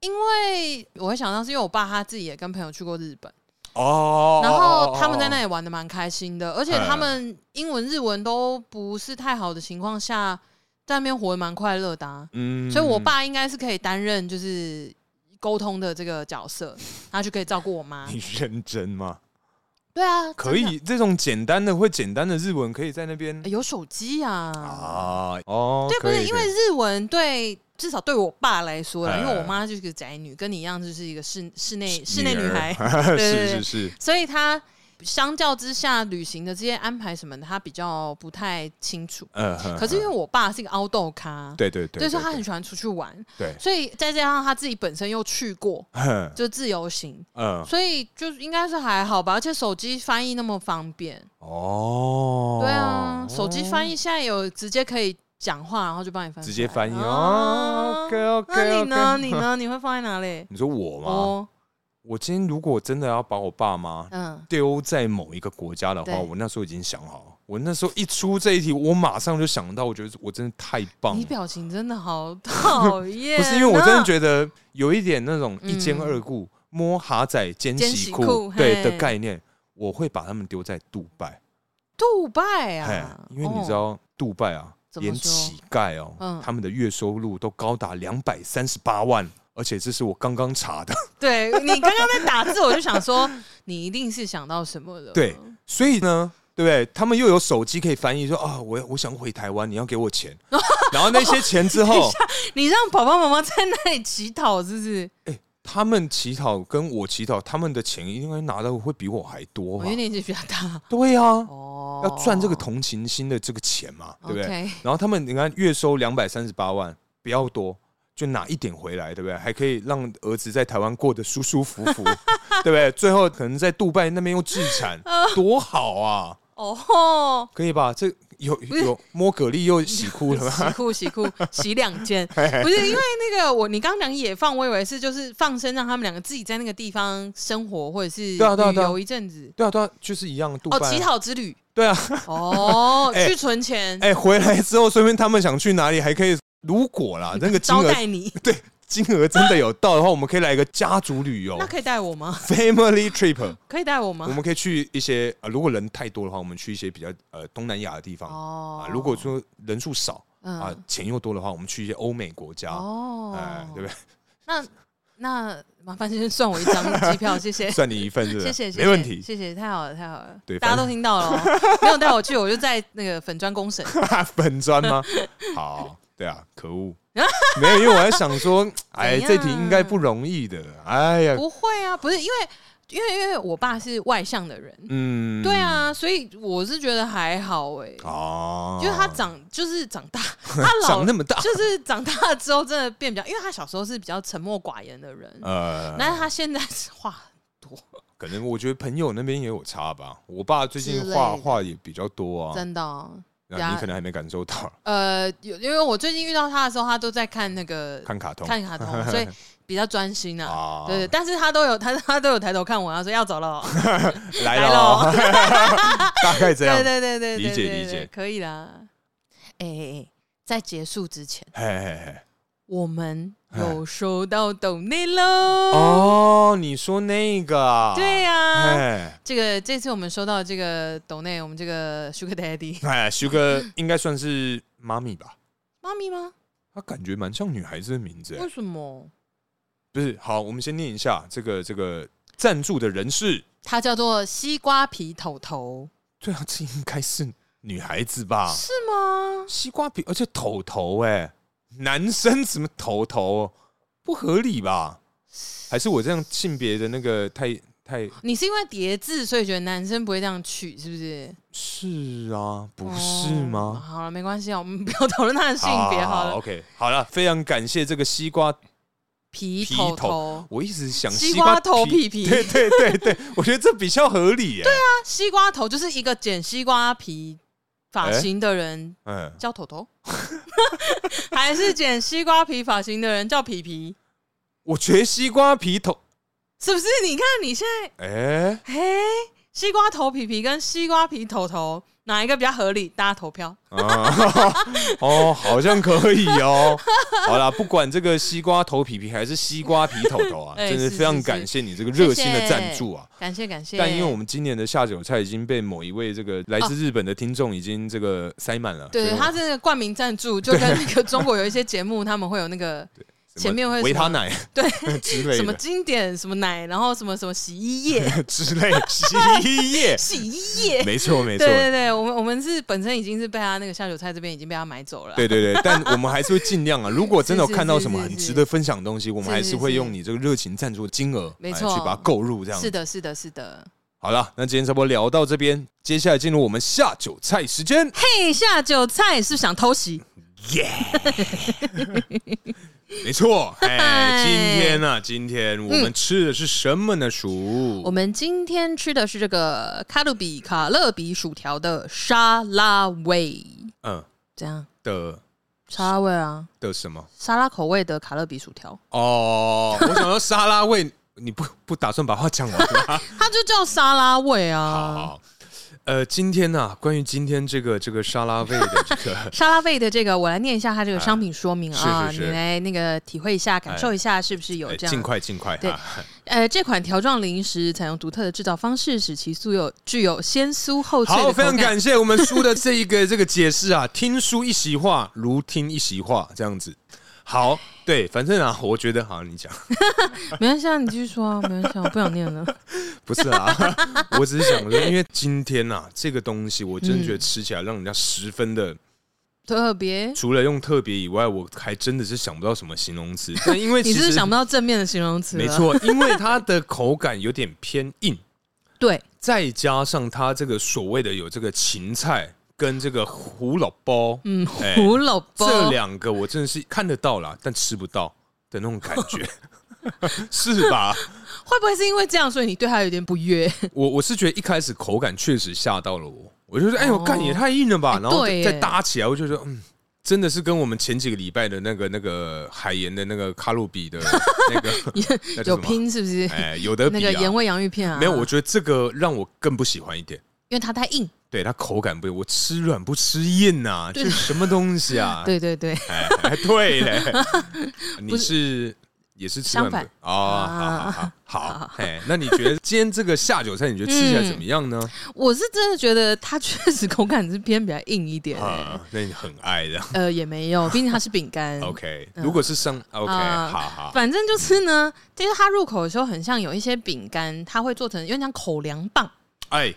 Speaker 5: 因为我会想到是因为我爸他自己也跟朋友去过日本。
Speaker 4: 哦
Speaker 5: 然后他们在那
Speaker 4: 里，
Speaker 5: 里玩的蛮开心
Speaker 4: 哦
Speaker 5: 的，而且他们英文、日文都不是太好的情况下，在那边活得蛮快乐的、啊。
Speaker 4: 嗯
Speaker 5: 所以，我爸应该是可以担任就是沟通的这个角色，他就可以照顾我妈
Speaker 4: 你。认真吗？
Speaker 5: 对啊，
Speaker 4: 可
Speaker 5: 真的
Speaker 4: 以，这种简单的会简单的日文可以在那边
Speaker 5: 呃有手机啊。
Speaker 4: 啊，哦，
Speaker 5: 对，不
Speaker 4: 可
Speaker 5: 是
Speaker 4: 以
Speaker 5: 因
Speaker 4: 可
Speaker 5: 为
Speaker 4: 以
Speaker 5: 日文对，至少对我爸来说啦，
Speaker 4: 哎
Speaker 5: 因为我妈就是个宅女，跟你一样就是一个室室内室内
Speaker 4: 女
Speaker 5: 女
Speaker 4: 儿
Speaker 5: 孩，对对
Speaker 4: 是
Speaker 5: 对
Speaker 4: 是是，
Speaker 5: 所以他相较之下，旅行的这些安排什么的，他比较不太清楚。
Speaker 4: 嗯，哼
Speaker 5: 可是因为
Speaker 4: 哼
Speaker 5: 我爸是一个凹豆咖，
Speaker 4: 对对对，
Speaker 5: 对，所以
Speaker 4: 对
Speaker 5: 他很喜欢出去玩，
Speaker 4: 对，嗯
Speaker 5: 所以再加上他自己本身又去过，
Speaker 4: 哼
Speaker 5: 就自由行，
Speaker 4: 嗯
Speaker 5: 所以就应该是还好吧。而且手机翻译那么方便，
Speaker 4: 哦，
Speaker 5: 对啊，手机翻译现在有直接可以讲话，然后就帮你翻
Speaker 4: 哦
Speaker 5: 出来，
Speaker 4: 直接翻译
Speaker 5: 啊
Speaker 4: 哦。OK OK，
Speaker 5: 那你呢？你？呢？你会放在 哪里？
Speaker 4: 你说我吗？
Speaker 5: 哦，
Speaker 4: 我今天如果真的要把我爸妈
Speaker 5: 嗯，
Speaker 4: 丢在某一个国家的话，
Speaker 5: 对
Speaker 4: 我那时候已经想好。我那时候一出这一题，我马上就想到，我觉得我真的太棒
Speaker 5: 你
Speaker 4: 了。
Speaker 5: 表情真的好讨厌啊。
Speaker 4: 不是因为我真的觉得有一点那种一兼
Speaker 5: 嗯
Speaker 4: 二顾、摸蛤仔兼
Speaker 5: 兼
Speaker 4: 喜
Speaker 5: 喜
Speaker 4: 裤
Speaker 5: 裤
Speaker 4: 对
Speaker 5: 嘿
Speaker 4: 的概念，我会把他们丢在杜拜。
Speaker 5: 杜拜
Speaker 4: 哎
Speaker 5: 啊，，
Speaker 4: 因为你知
Speaker 5: 哦，
Speaker 4: 道杜拜啊，
Speaker 5: 怎么
Speaker 4: 连
Speaker 5: 说
Speaker 4: 乞丐哦，
Speaker 5: 嗯
Speaker 4: 他们的月收入都高达两百三十八万，而且这是我刚刚查的。
Speaker 5: 对你刚刚在打字，我就想说你一定是想到什么了。
Speaker 4: 对，所以呢，对不对？他们又有手机可以翻译说，啊，我我想回台湾，你要给我 钱。然后那些钱之后，
Speaker 5: 你让爸爸妈妈在那里乞讨，是不是？
Speaker 4: 他们乞讨跟我乞讨，他们的钱应该拿的会比我还多
Speaker 5: 我
Speaker 4: 吧
Speaker 5: 因为？年纪比较大
Speaker 4: 对啊，
Speaker 5: 哦，
Speaker 4: 要赚这个同情心的这个钱嘛，对不对？
Speaker 5: OK
Speaker 4: 然后他们你看月收两百三十八万，不要多，就拿一点回来，对不对？还可以让儿子在台湾过得舒舒服 服，对不对？最后可能在杜拜那边又置产，多好啊！
Speaker 5: 哦，
Speaker 4: 可以吧？这有
Speaker 5: 是
Speaker 4: 有摸蛤蜊又洗哭了
Speaker 5: 洗
Speaker 4: 吗？
Speaker 5: 裤洗裤洗两件， 不是因为那个我你刚刚讲野放，我以为是就是放生，让他们两个自己在那个地方生活或者是
Speaker 4: 对啊对啊
Speaker 5: 旅
Speaker 4: 对啊
Speaker 5: 游一阵子。
Speaker 4: 对啊对啊，就是一样，杜拜
Speaker 5: 哦，
Speaker 4: 啊、
Speaker 5: 乞讨 之旅
Speaker 4: 对啊，
Speaker 5: 哦，
Speaker 4: 哎
Speaker 5: 去存钱，
Speaker 4: 哎、回来之后顺便他们想去哪里还可以，如果 啦那个金
Speaker 5: 招
Speaker 4: 额哦
Speaker 5: 待你，
Speaker 4: 对金额真的有到的话，我们可以来一个家族旅游
Speaker 5: 那可以带我吗？
Speaker 4: ，family trip。
Speaker 5: 可以带我吗
Speaker 4: 我？们可以去一些呃，如果人太多的话，我们去一些比较呃东南亚的地方、
Speaker 5: 哦
Speaker 4: 啊。如果说人数少
Speaker 5: 嗯
Speaker 4: 啊，钱又多的话，我们去一些欧美国家，哎、
Speaker 5: 哦，
Speaker 4: 对不 对？
Speaker 5: 那那麻烦先算我一张机票，谢 谢。
Speaker 4: 算你一份，是不是？
Speaker 5: 谢谢，谢
Speaker 4: 没问
Speaker 5: 谢
Speaker 4: 题。
Speaker 5: 谢谢，太好了，太好了，
Speaker 4: 对
Speaker 5: 大
Speaker 4: 反
Speaker 5: 家都
Speaker 4: 正
Speaker 5: 听到了哦， 没有带我去，我就在那个粉砖公审，
Speaker 4: 粉砖 吗？好，对啊，可恶，没有，因为我在想说，哎，
Speaker 5: 怎样啊
Speaker 4: 这题应该不容易的，哎呀，
Speaker 5: 不会啊，不是因为因为因为我爸是外向的人，
Speaker 4: 嗯，
Speaker 5: 对，啊，所以我是觉得还好哎、
Speaker 4: 哦，
Speaker 5: 就是他长，就是长 大，他老
Speaker 4: 长那么大
Speaker 5: 就是长大之后真的变比较，因为他小时候是比较沉默寡言的人，
Speaker 4: 呃，
Speaker 5: 但是他现在是话很多，
Speaker 4: 可能我觉得朋友那边也有差吧。我爸最近
Speaker 5: 之类
Speaker 4: 话
Speaker 5: 的
Speaker 4: 话也比较多啊，
Speaker 5: 真的哦、
Speaker 4: 那
Speaker 5: 呀
Speaker 4: 你可能还没感受到，
Speaker 5: 呃，有因为我最近遇到他的时候，他都在看那个
Speaker 4: 看卡通
Speaker 5: 看卡 通，所以比较专心啊。
Speaker 4: 啊
Speaker 5: 对对，但是他都有他他都有抬头看我，他说要走了哦，
Speaker 4: 来
Speaker 5: 来
Speaker 4: 了
Speaker 5: 喽
Speaker 4: 哦，。 大概这样
Speaker 5: 对，对对对，对
Speaker 4: 啊理解
Speaker 5: 对
Speaker 4: 理
Speaker 5: 对
Speaker 4: 解
Speaker 5: 可以啦。哎、哎哎在结束之前，
Speaker 4: 嘿嘿嘿。
Speaker 5: 我们有收到抖内喽。
Speaker 4: 哎哦，你说那个啊？
Speaker 5: 对呀、
Speaker 4: 哎
Speaker 5: 这个这次我们收到这个抖内，我们这个 Sugar Daddy
Speaker 4: 哎，徐哥应该算是妈咪吧？
Speaker 5: 妈咪吗？
Speaker 4: 他感觉蛮像女孩子的名字，哎
Speaker 5: 为什么？
Speaker 4: 不是？好，我们先念一下这个这个赞助的人是，
Speaker 5: 它叫做西瓜皮头头，
Speaker 4: 对啊，这应该是女孩子吧？
Speaker 5: 是吗？
Speaker 4: 西瓜皮，而且头头哎，男生怎么头头？不合理吧？还是我这样性别的那个太太
Speaker 5: 你是因为叠字，所以觉得男生不会这样取，是不是？
Speaker 4: 是啊？不是
Speaker 5: 哦
Speaker 4: 吗？
Speaker 5: 好了，没关系啊，我们不要讨论他的性别好了。
Speaker 4: ，OK，好了，非常感谢这个西瓜
Speaker 5: 皮
Speaker 4: 皮
Speaker 5: 头
Speaker 4: 头
Speaker 5: 头，，
Speaker 4: 我一直想
Speaker 5: 西
Speaker 4: 瓜
Speaker 5: 瓜头
Speaker 4: 皮
Speaker 5: 屁屁
Speaker 4: 对对对对，我觉得这比较合理耶。对啊，
Speaker 5: 那西瓜头就是一个剪西瓜皮发
Speaker 4: 哎
Speaker 5: 型的人、
Speaker 4: 嗯，
Speaker 5: 叫头头， 还是剪西瓜皮发型的人叫皮皮？
Speaker 4: 我觉得西瓜皮头，
Speaker 5: 是不是？你看你现在，
Speaker 4: 哎、
Speaker 5: 嘿，西瓜头皮皮跟西瓜皮头头哪一个比较合理？大家投票。
Speaker 4: 啊，哦，好像可以哦。 好啦，不管这个西瓜头皮皮还是西瓜皮头头啊，
Speaker 5: 哎
Speaker 4: 真的
Speaker 5: 是是
Speaker 4: 非常感谢你这个热心的赞助啊。
Speaker 5: 感谢感谢。
Speaker 4: 但因为我们今年的下酒菜已经被某一位这个来自日本的听众已经这个塞满了，
Speaker 5: 对
Speaker 4: 所
Speaker 5: 对，
Speaker 4: 以
Speaker 5: 他是冠名赞助，就跟那个中国有一些节目，他们会有 那个
Speaker 4: 什么
Speaker 5: 前面会
Speaker 4: 维
Speaker 5: 什
Speaker 4: 他
Speaker 5: 么
Speaker 4: 奶啊
Speaker 5: 对
Speaker 4: 之类
Speaker 5: 什么
Speaker 4: 的
Speaker 5: 经典什么奶，然后什么什么洗衣液，
Speaker 4: 之类的洗衣液，
Speaker 5: 洗衣液。
Speaker 4: 没错没错
Speaker 5: 对，对对，我们我们是本身已经是被他那个下酒菜这边已经被他买走了。
Speaker 4: 对对对，但我们还是会尽量啊。如果真的有
Speaker 5: 是是
Speaker 4: 看到什么
Speaker 5: 是
Speaker 4: 很
Speaker 5: 是
Speaker 4: 值得分享的东西，我们
Speaker 5: 是
Speaker 4: 还
Speaker 5: 是
Speaker 4: 是会
Speaker 5: 是
Speaker 4: 用你这个热情赞助的金额，
Speaker 5: 没
Speaker 4: 哎
Speaker 5: 错
Speaker 4: 去把它购入这样。
Speaker 5: 是，的，是的，是的。
Speaker 4: 好了，那今天差不多聊到这边，接下来进入我们下酒菜时间。
Speaker 5: 嘿，哎下酒菜是不是想偷袭？
Speaker 4: 没错，哎，今天呢、今天我们吃的是什么呢？叔、
Speaker 5: 我们今天吃的是这个卡路比卡乐比薯条的沙拉味，
Speaker 4: 嗯
Speaker 5: 怎样？
Speaker 4: 的
Speaker 5: 沙拉味啊，
Speaker 4: 的什么？
Speaker 5: 沙拉口味的卡乐比薯条，
Speaker 4: 哦，我想说沙拉味， 你不不打算把话讲完 吗？
Speaker 5: 它就叫沙拉味啊。
Speaker 4: 好，呃，今天呢、关于今天这个这个沙拉味的这个
Speaker 5: 沙拉味的这个，我来念一下它这个商品说明啊，
Speaker 4: 哎是是是
Speaker 5: 你来那个体会一下、感受一下，是不是 有
Speaker 4: 哎，
Speaker 5: 这
Speaker 4: 尽
Speaker 5: 样？
Speaker 4: 快尽快，
Speaker 5: 对
Speaker 4: 啊
Speaker 5: 呃，这款条状零食采用独特的制造方式，使其素有具有先酥后脆
Speaker 4: 好，
Speaker 5: 的
Speaker 4: 非
Speaker 5: 口
Speaker 4: 常
Speaker 5: 感。
Speaker 4: 感谢我们书的这一个 这个解释啊，听书一席话，如听一席话，这样子。好，对，反正啊，我觉得好，你讲
Speaker 5: 没关系，啊，你继续说啊，没关系啊，我不想念了。
Speaker 4: 不是啊， 我只是想说，因为今天啊，这个东西我真的觉
Speaker 5: 嗯
Speaker 4: 得吃起来让人家十分的，
Speaker 5: 特别，
Speaker 4: 除了用特别以外，我还真的是想不到什么形容 词。但因为
Speaker 5: 你
Speaker 4: 其
Speaker 5: 是不
Speaker 4: 实
Speaker 5: 是想不到正面的形容词？啊
Speaker 4: 没，错，因为它的口感有点偏硬，
Speaker 5: 对，
Speaker 4: 再加上它这个所谓的有这个芹菜跟这个胡萝卜，
Speaker 5: 嗯，
Speaker 4: 哎
Speaker 5: 胡萝卜，
Speaker 4: 这两个我真的是看得到啦，但吃不到的那种感觉， 是吧？
Speaker 5: 会不会是因为这样，所以你对它有点不悦？
Speaker 4: 我我是觉得一开始口感确实吓到了我，我就说，哎呦，
Speaker 5: 哦
Speaker 4: 干也太硬了吧！
Speaker 5: 哎
Speaker 4: 然后
Speaker 5: 对
Speaker 4: 再
Speaker 5: 耶
Speaker 4: 搭起来，我就说，嗯。真的是跟我们前几个礼拜的那个那个海盐的那个卡路比的 那个那叫什么
Speaker 5: 有拼是不是？
Speaker 4: 哎有得
Speaker 5: 那
Speaker 4: 比
Speaker 5: 个
Speaker 4: 啊，
Speaker 5: 盐味洋芋片啊，
Speaker 4: 没有，我觉得这个让我更不喜欢一点，
Speaker 5: 因为它太硬。
Speaker 4: 对它口感不，我吃软不吃硬呐、这
Speaker 5: 对
Speaker 4: 是什么东西 啊？
Speaker 5: 对 对对，
Speaker 4: 哎，哎对嘞， 你是也是吃
Speaker 5: 相
Speaker 4: 完
Speaker 5: 反啊
Speaker 4: 哦，好好好好，哎，那你觉得今天这个下酒菜，你觉得吃起
Speaker 5: 嗯
Speaker 4: 来怎么样呢？
Speaker 5: 我是真的觉得它确实口感是偏比较硬一点、
Speaker 4: 啊，那你很爱的
Speaker 5: 呃，也没有，毕竟它是饼干。
Speaker 4: ，OK。如果是生，OK，
Speaker 5: 嗯啊
Speaker 4: 好好，
Speaker 5: 反正就是呢，就是它入口的时候很像有一些饼干，它会做成有点像口粮棒，
Speaker 4: 哎，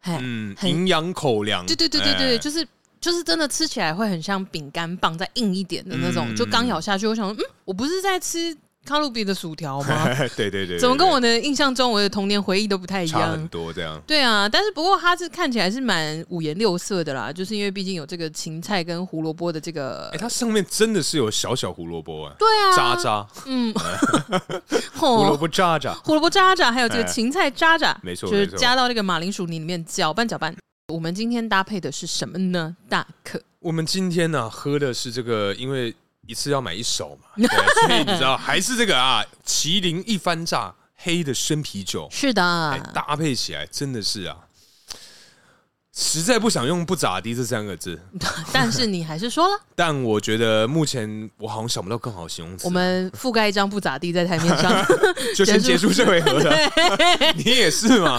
Speaker 5: 嘿，
Speaker 4: 嗯，
Speaker 5: 很
Speaker 4: 营养口粮，
Speaker 5: 对对对对对，
Speaker 4: 哎
Speaker 5: 就是就是真的吃起来会很像饼干棒，再硬一点的那种。
Speaker 4: 嗯
Speaker 5: 就刚咬下去，我想说，嗯，我不是在吃卡路比的薯条 吗？
Speaker 4: 哎对对对，
Speaker 5: 怎么跟我
Speaker 4: 对
Speaker 5: 的印象中我的童年回忆都不太一
Speaker 4: 对差很
Speaker 5: 样？
Speaker 4: 多这样？
Speaker 5: 对啊，但是不过它是看起来是蛮五颜六色的啦，就是因为毕竟有这个芹菜跟胡萝卜的这个
Speaker 4: 哎，，它上面真的是有小小胡萝卜啊，
Speaker 5: 对啊，
Speaker 4: 渣渣
Speaker 5: 嗯，
Speaker 4: 胡
Speaker 5: 胡
Speaker 4: 萝卜渣渣，
Speaker 5: 胡萝卜渣渣，还有这个
Speaker 4: 哎
Speaker 5: 芹菜渣渣，
Speaker 4: 没错
Speaker 5: 就是
Speaker 4: 没错
Speaker 5: 加到这个马铃薯泥里面搅拌搅拌。我们今天搭配的是什么呢？大可
Speaker 4: 我们今天呢、喝的是这个，因为一次要买一手 嘛，对，所以你知道还是这个啊，麒麟一番炸黑的生啤酒，
Speaker 5: 是的，
Speaker 4: 哎，搭配起来真的是啊，实在不想用“不咋地”这三个 字，
Speaker 5: 但是你还 是说了，
Speaker 4: 但我觉得目前我好像想不到更好的形容词，
Speaker 5: 我们覆盖一张不咋地在台面 上。
Speaker 4: 就先结
Speaker 5: 结束
Speaker 4: 束这回 合了。你也是吗？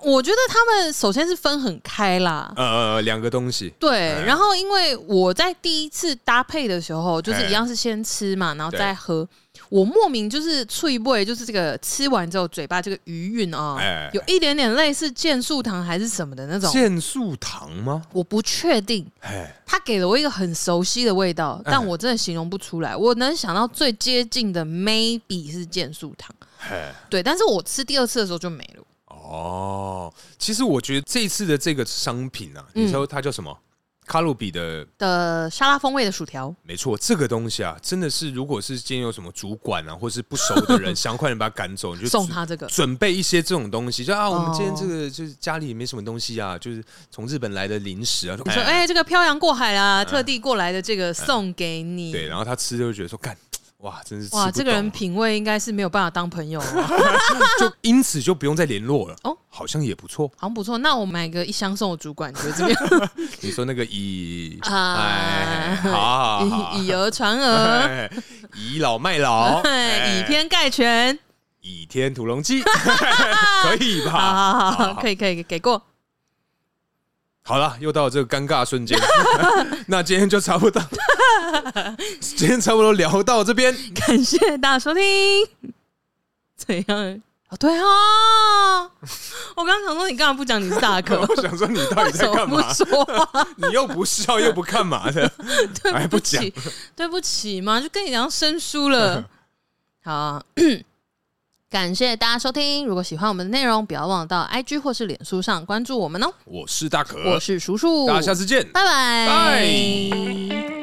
Speaker 5: 我觉得他们首先是分很开啦。
Speaker 4: 呃，两个东西，
Speaker 5: 对
Speaker 4: 哎，
Speaker 5: 然后因为我在第一次搭配的时候，就是
Speaker 4: 哎
Speaker 5: 一样是先吃嘛，然后
Speaker 4: 对
Speaker 5: 再喝。我莫名就是脆味，就是这个吃完之后嘴巴这个余韵啊、
Speaker 4: 哎
Speaker 5: 有一点点类似健素糖还是什么的那种，
Speaker 4: 健素糖吗？
Speaker 5: 我不确定。
Speaker 4: 哎，
Speaker 5: 它给了我一个很熟悉的味
Speaker 4: 嗯
Speaker 5: 道，但我真的形容不出来。我能想到最接近的 maybe 是健素糖，
Speaker 4: 哎。
Speaker 5: 对，但是我吃第二次的时候就没了。
Speaker 4: 哦，其实我觉得这次的这个商品啊，
Speaker 5: 嗯
Speaker 4: 你说它叫什么？卡路比的，
Speaker 5: 的沙拉风味的薯条，
Speaker 4: 没错，这个东西啊，真的是，如果是今天有什么主管啊，或是不熟的 人，想快点把他赶走，你就
Speaker 5: 送
Speaker 4: 准
Speaker 5: 他这个
Speaker 4: 准备一些这种东西，就啊，我们
Speaker 5: 哦
Speaker 4: 今天这个就是家里没什么东西啊，就是从日本来的零食啊，
Speaker 5: 你说哎、这个漂洋过海啦，特地过来的这个送给你。
Speaker 4: 嗯对，然后他吃就会觉得说，干，哇，真是吃
Speaker 5: 哇，
Speaker 4: 不
Speaker 5: 这个人
Speaker 4: 懂
Speaker 5: 品味应该是没有办法当朋友哦、 好
Speaker 4: 就因此就不用再联络了，哦
Speaker 5: 哦，
Speaker 4: 好像也不错。
Speaker 5: 像不错。那我买个一箱送我主管，你觉得怎么样？
Speaker 4: 你说那个以，
Speaker 5: 啊
Speaker 4: 哎，好 好好好
Speaker 5: 以以讹传讹，
Speaker 4: 哎 倚老卖 老，哎
Speaker 5: 以偏概全。
Speaker 4: 倚天屠龙 记， 可以
Speaker 5: 好
Speaker 4: 吧？
Speaker 5: 好
Speaker 4: 好
Speaker 5: 好，可以可以给过。
Speaker 4: 好了，又到了这个尴尬 瞬间，那今天就差不多，今天差不多聊到这边，
Speaker 5: 感谢大家收听。 怎样？哦，对 啊，我刚刚想说你干嘛不讲你是大可？
Speaker 4: 我想说你到底
Speaker 5: 为什
Speaker 4: 在
Speaker 5: 么
Speaker 4: 干
Speaker 5: 不
Speaker 4: 嘛？
Speaker 5: 说话？
Speaker 4: 你又不笑又不干嘛的，还
Speaker 5: 对
Speaker 4: 哎不
Speaker 5: 不
Speaker 4: 讲
Speaker 5: 起，对不起嘛，就跟你讲生疏了。好啊、 感谢大家收听，如果喜欢我们的内容，不要忘了到 IG 或是脸书上关注我们哦。
Speaker 4: 呃我是大可，
Speaker 5: 我是叔叔，
Speaker 4: 大家下次见，
Speaker 5: 拜拜。
Speaker 4: 拜